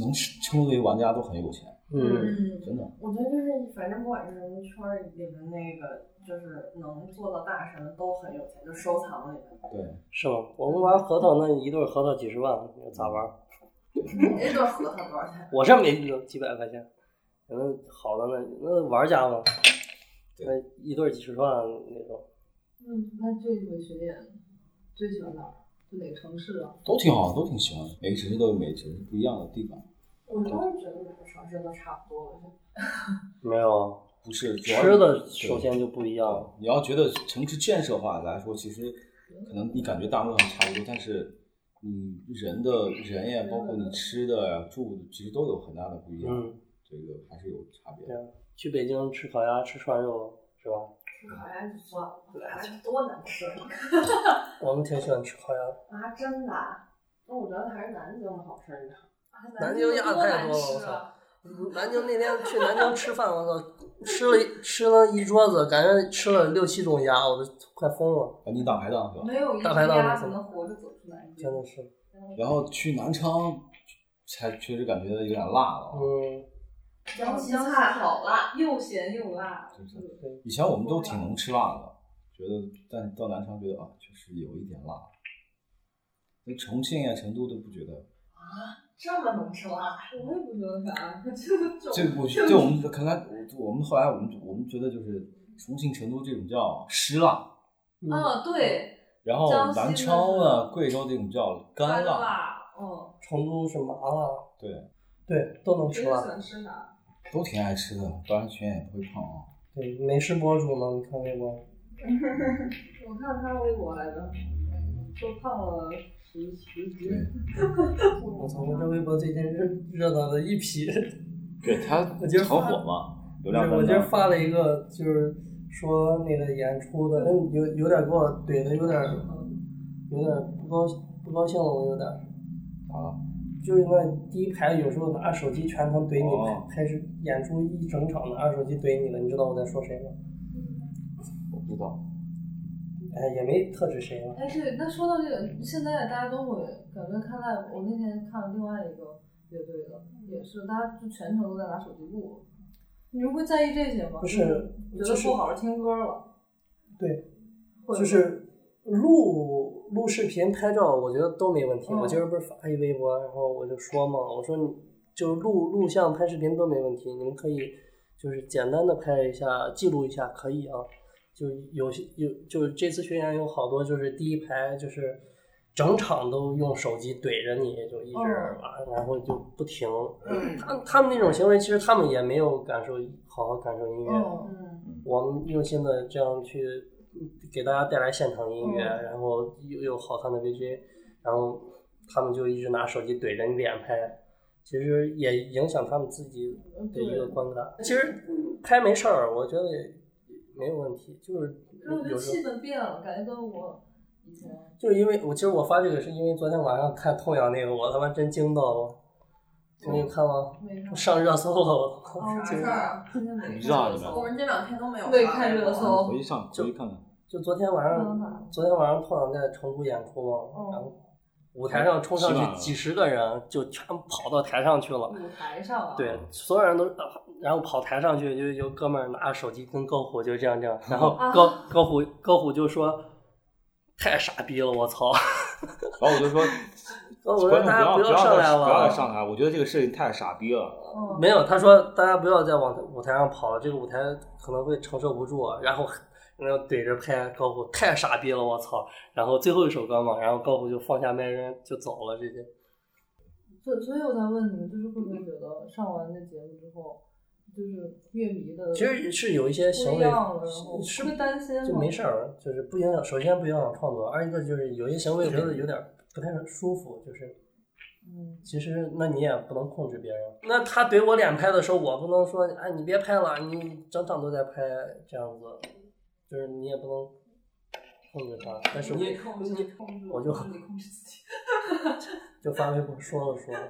能称之为玩家都很有钱，
嗯，
嗯，
真的。
我觉得就是反正不管是什么圈儿里的那个，就是能做到大神的都很有钱，就收藏里 的。
对，
是吗？我们玩核桃，那一对核桃几十万，咋玩？
你那段核桃多少钱？
我上面有几百块钱，可能好的那那玩家嘛，
对
那一对儿几十万那种，
嗯，那这回巡演最喜欢哪儿？就哪个城市啊？
都挺好，都挺喜欢。每个城市都有每个城市不一样的地方，
我当时觉得每个城市都差不多了。
没有
不是主要是
吃的，首先就不一样了。
对你要觉得城市建设化来说，其实可能你感觉大陆上差不多，但是你人的人呀，包括你吃的呀、住的，其实都有很大的不一样。
嗯，
这个还是有差别
对。啊，去北京吃烤鸭，吃涮肉是吧？
吃烤鸭就算了，烤鸭多难吃
我们挺喜欢吃烤鸭的，
啊！真的啊，那我觉得还是南京的好吃一点。
南京鸭太多了我操！南京那天去南京吃饭，我操，吃了一吃了一桌子，感觉吃了六七种鸭，我都快疯了，
南京大排档是吧？
没有一
大排
只
档
鸭
是
子
吗
能活着走出南京
真，的是，
然后去南昌，才确实感觉有点辣了。啊
嗯，
江西菜好辣，
又咸又辣，
就是以前我们都挺
嗯
能吃辣的，觉得但到南昌觉得啊，确实有一点辣。那重庆呀、成都都不觉得，
这么能吃辣，
我也不觉得啥，
这我这 我们看来，我我们后来我们我们觉得就是重庆、成都这种叫湿辣，
哦
嗯，对，
然后
江西
南
呢
昌啊、贵州这种叫干辣，
辣，嗯，
哦
成都是麻辣，
对，
对，都能
谁
吃
喜
辣。
欢吃啥？
都挺爱吃的，不然全也不会胖啊。
对，美食博主嘛，你看微博，
我看他微博来着，说胖了十十斤。
我操，我这微博最近热热闹的一批。
对他
我今儿
很
发
火嘛，
不是，
流量
我
担
今儿
当。
发了一个，就是说那个演出的，嗯有有点给我怼的，有点有点不高不高兴了，我有点。
啊。
就是那第一排有时候拿手机全程怼你，
哦
开始演出一整场拿手机怼你了，你知道我在说谁吗？
我不知道，
哦哎，也没特指谁了。
哎，对，那说到这个，现在大家都会感觉看 live，我那天看了另外一个乐队的，也是大家就全程都在拿手机录，你们会在意这些吗？
不是，
你觉
就
得
是
不好好听歌了，
对，
会吗
就是录录视频、拍照，我觉得都没问题。
嗯
我今儿不是发一微博，然后我就说嘛，我说你就录录像、拍视频都没问题，你们可以就是简单的拍一下、记录一下，可以啊。就有些有就是这次巡演有好多就是第一排就是整场都用手机怼着你，就一直
嗯
玩，然后就不停。他他们那种行为，其实他们也没有感受好好感受音乐。
嗯，
嗯，
我们用心的这样去嗯给大家带来现场音乐，然后又有好看的 VJ，然后他们就一直拿手机怼着你脸拍，其实也影响他们自己的一个观感。其实拍没事儿，我觉得没有问题，就是
可是我觉得
有时候
气氛变了，感觉跟我以前
就是因为我其实我发这个是因为昨天晚上看痛痒那个，我他妈真惊到了，你有看吗？
没啥。
上热搜了，
哦
哦
我
啥
就
事儿啊？
今天没
你知道你
嗯我
们
们这两天都没有
没
发
看
微
热
博
搜
回去上回去看看，
就昨天晚
嗯
上，昨天晚上痛痒在成都演出嘛，
嗯
然后舞台上冲上
是吧
去几十个人，就全跑到台上去了。
舞台上啊，
嗯
对，所有人都，啊然后跑台上去，就有哥们儿拿手机跟高虎就这样这
嗯
样，然后高、高虎高虎就说太傻逼了，我 操！
然后我就说，
高虎哦说
观众不
大家
要不
要
上
上来
不要再
了，
上来，我觉得这个事情太傻逼了。
嗯，
没有，他说大家不要再往舞台上跑了，这个舞台可能会承受不住，啊然后。然后怼着拍高虎太傻逼了，我操！然后最后一首歌嘛，然后高虎就放下麦扔就走了，直接。
所所以我才问你们，就是会不会觉得上完这节目之后，就是乐迷的
其实是有一些行
不一
为
样了，然后
是
会担心吗
就没事儿，就是不影响，首先不影响创作，二一个就是有些行为我觉得有点儿不太舒服，就是
嗯，
其实那你也不能控制别人。那他怼我脸拍的时候，我不能说哎你别拍了，你整场都在拍这样子，就是你也不能控制他，但是
你
我
控制，控制，
我就
控制你控制自己。
就发微博说了说了，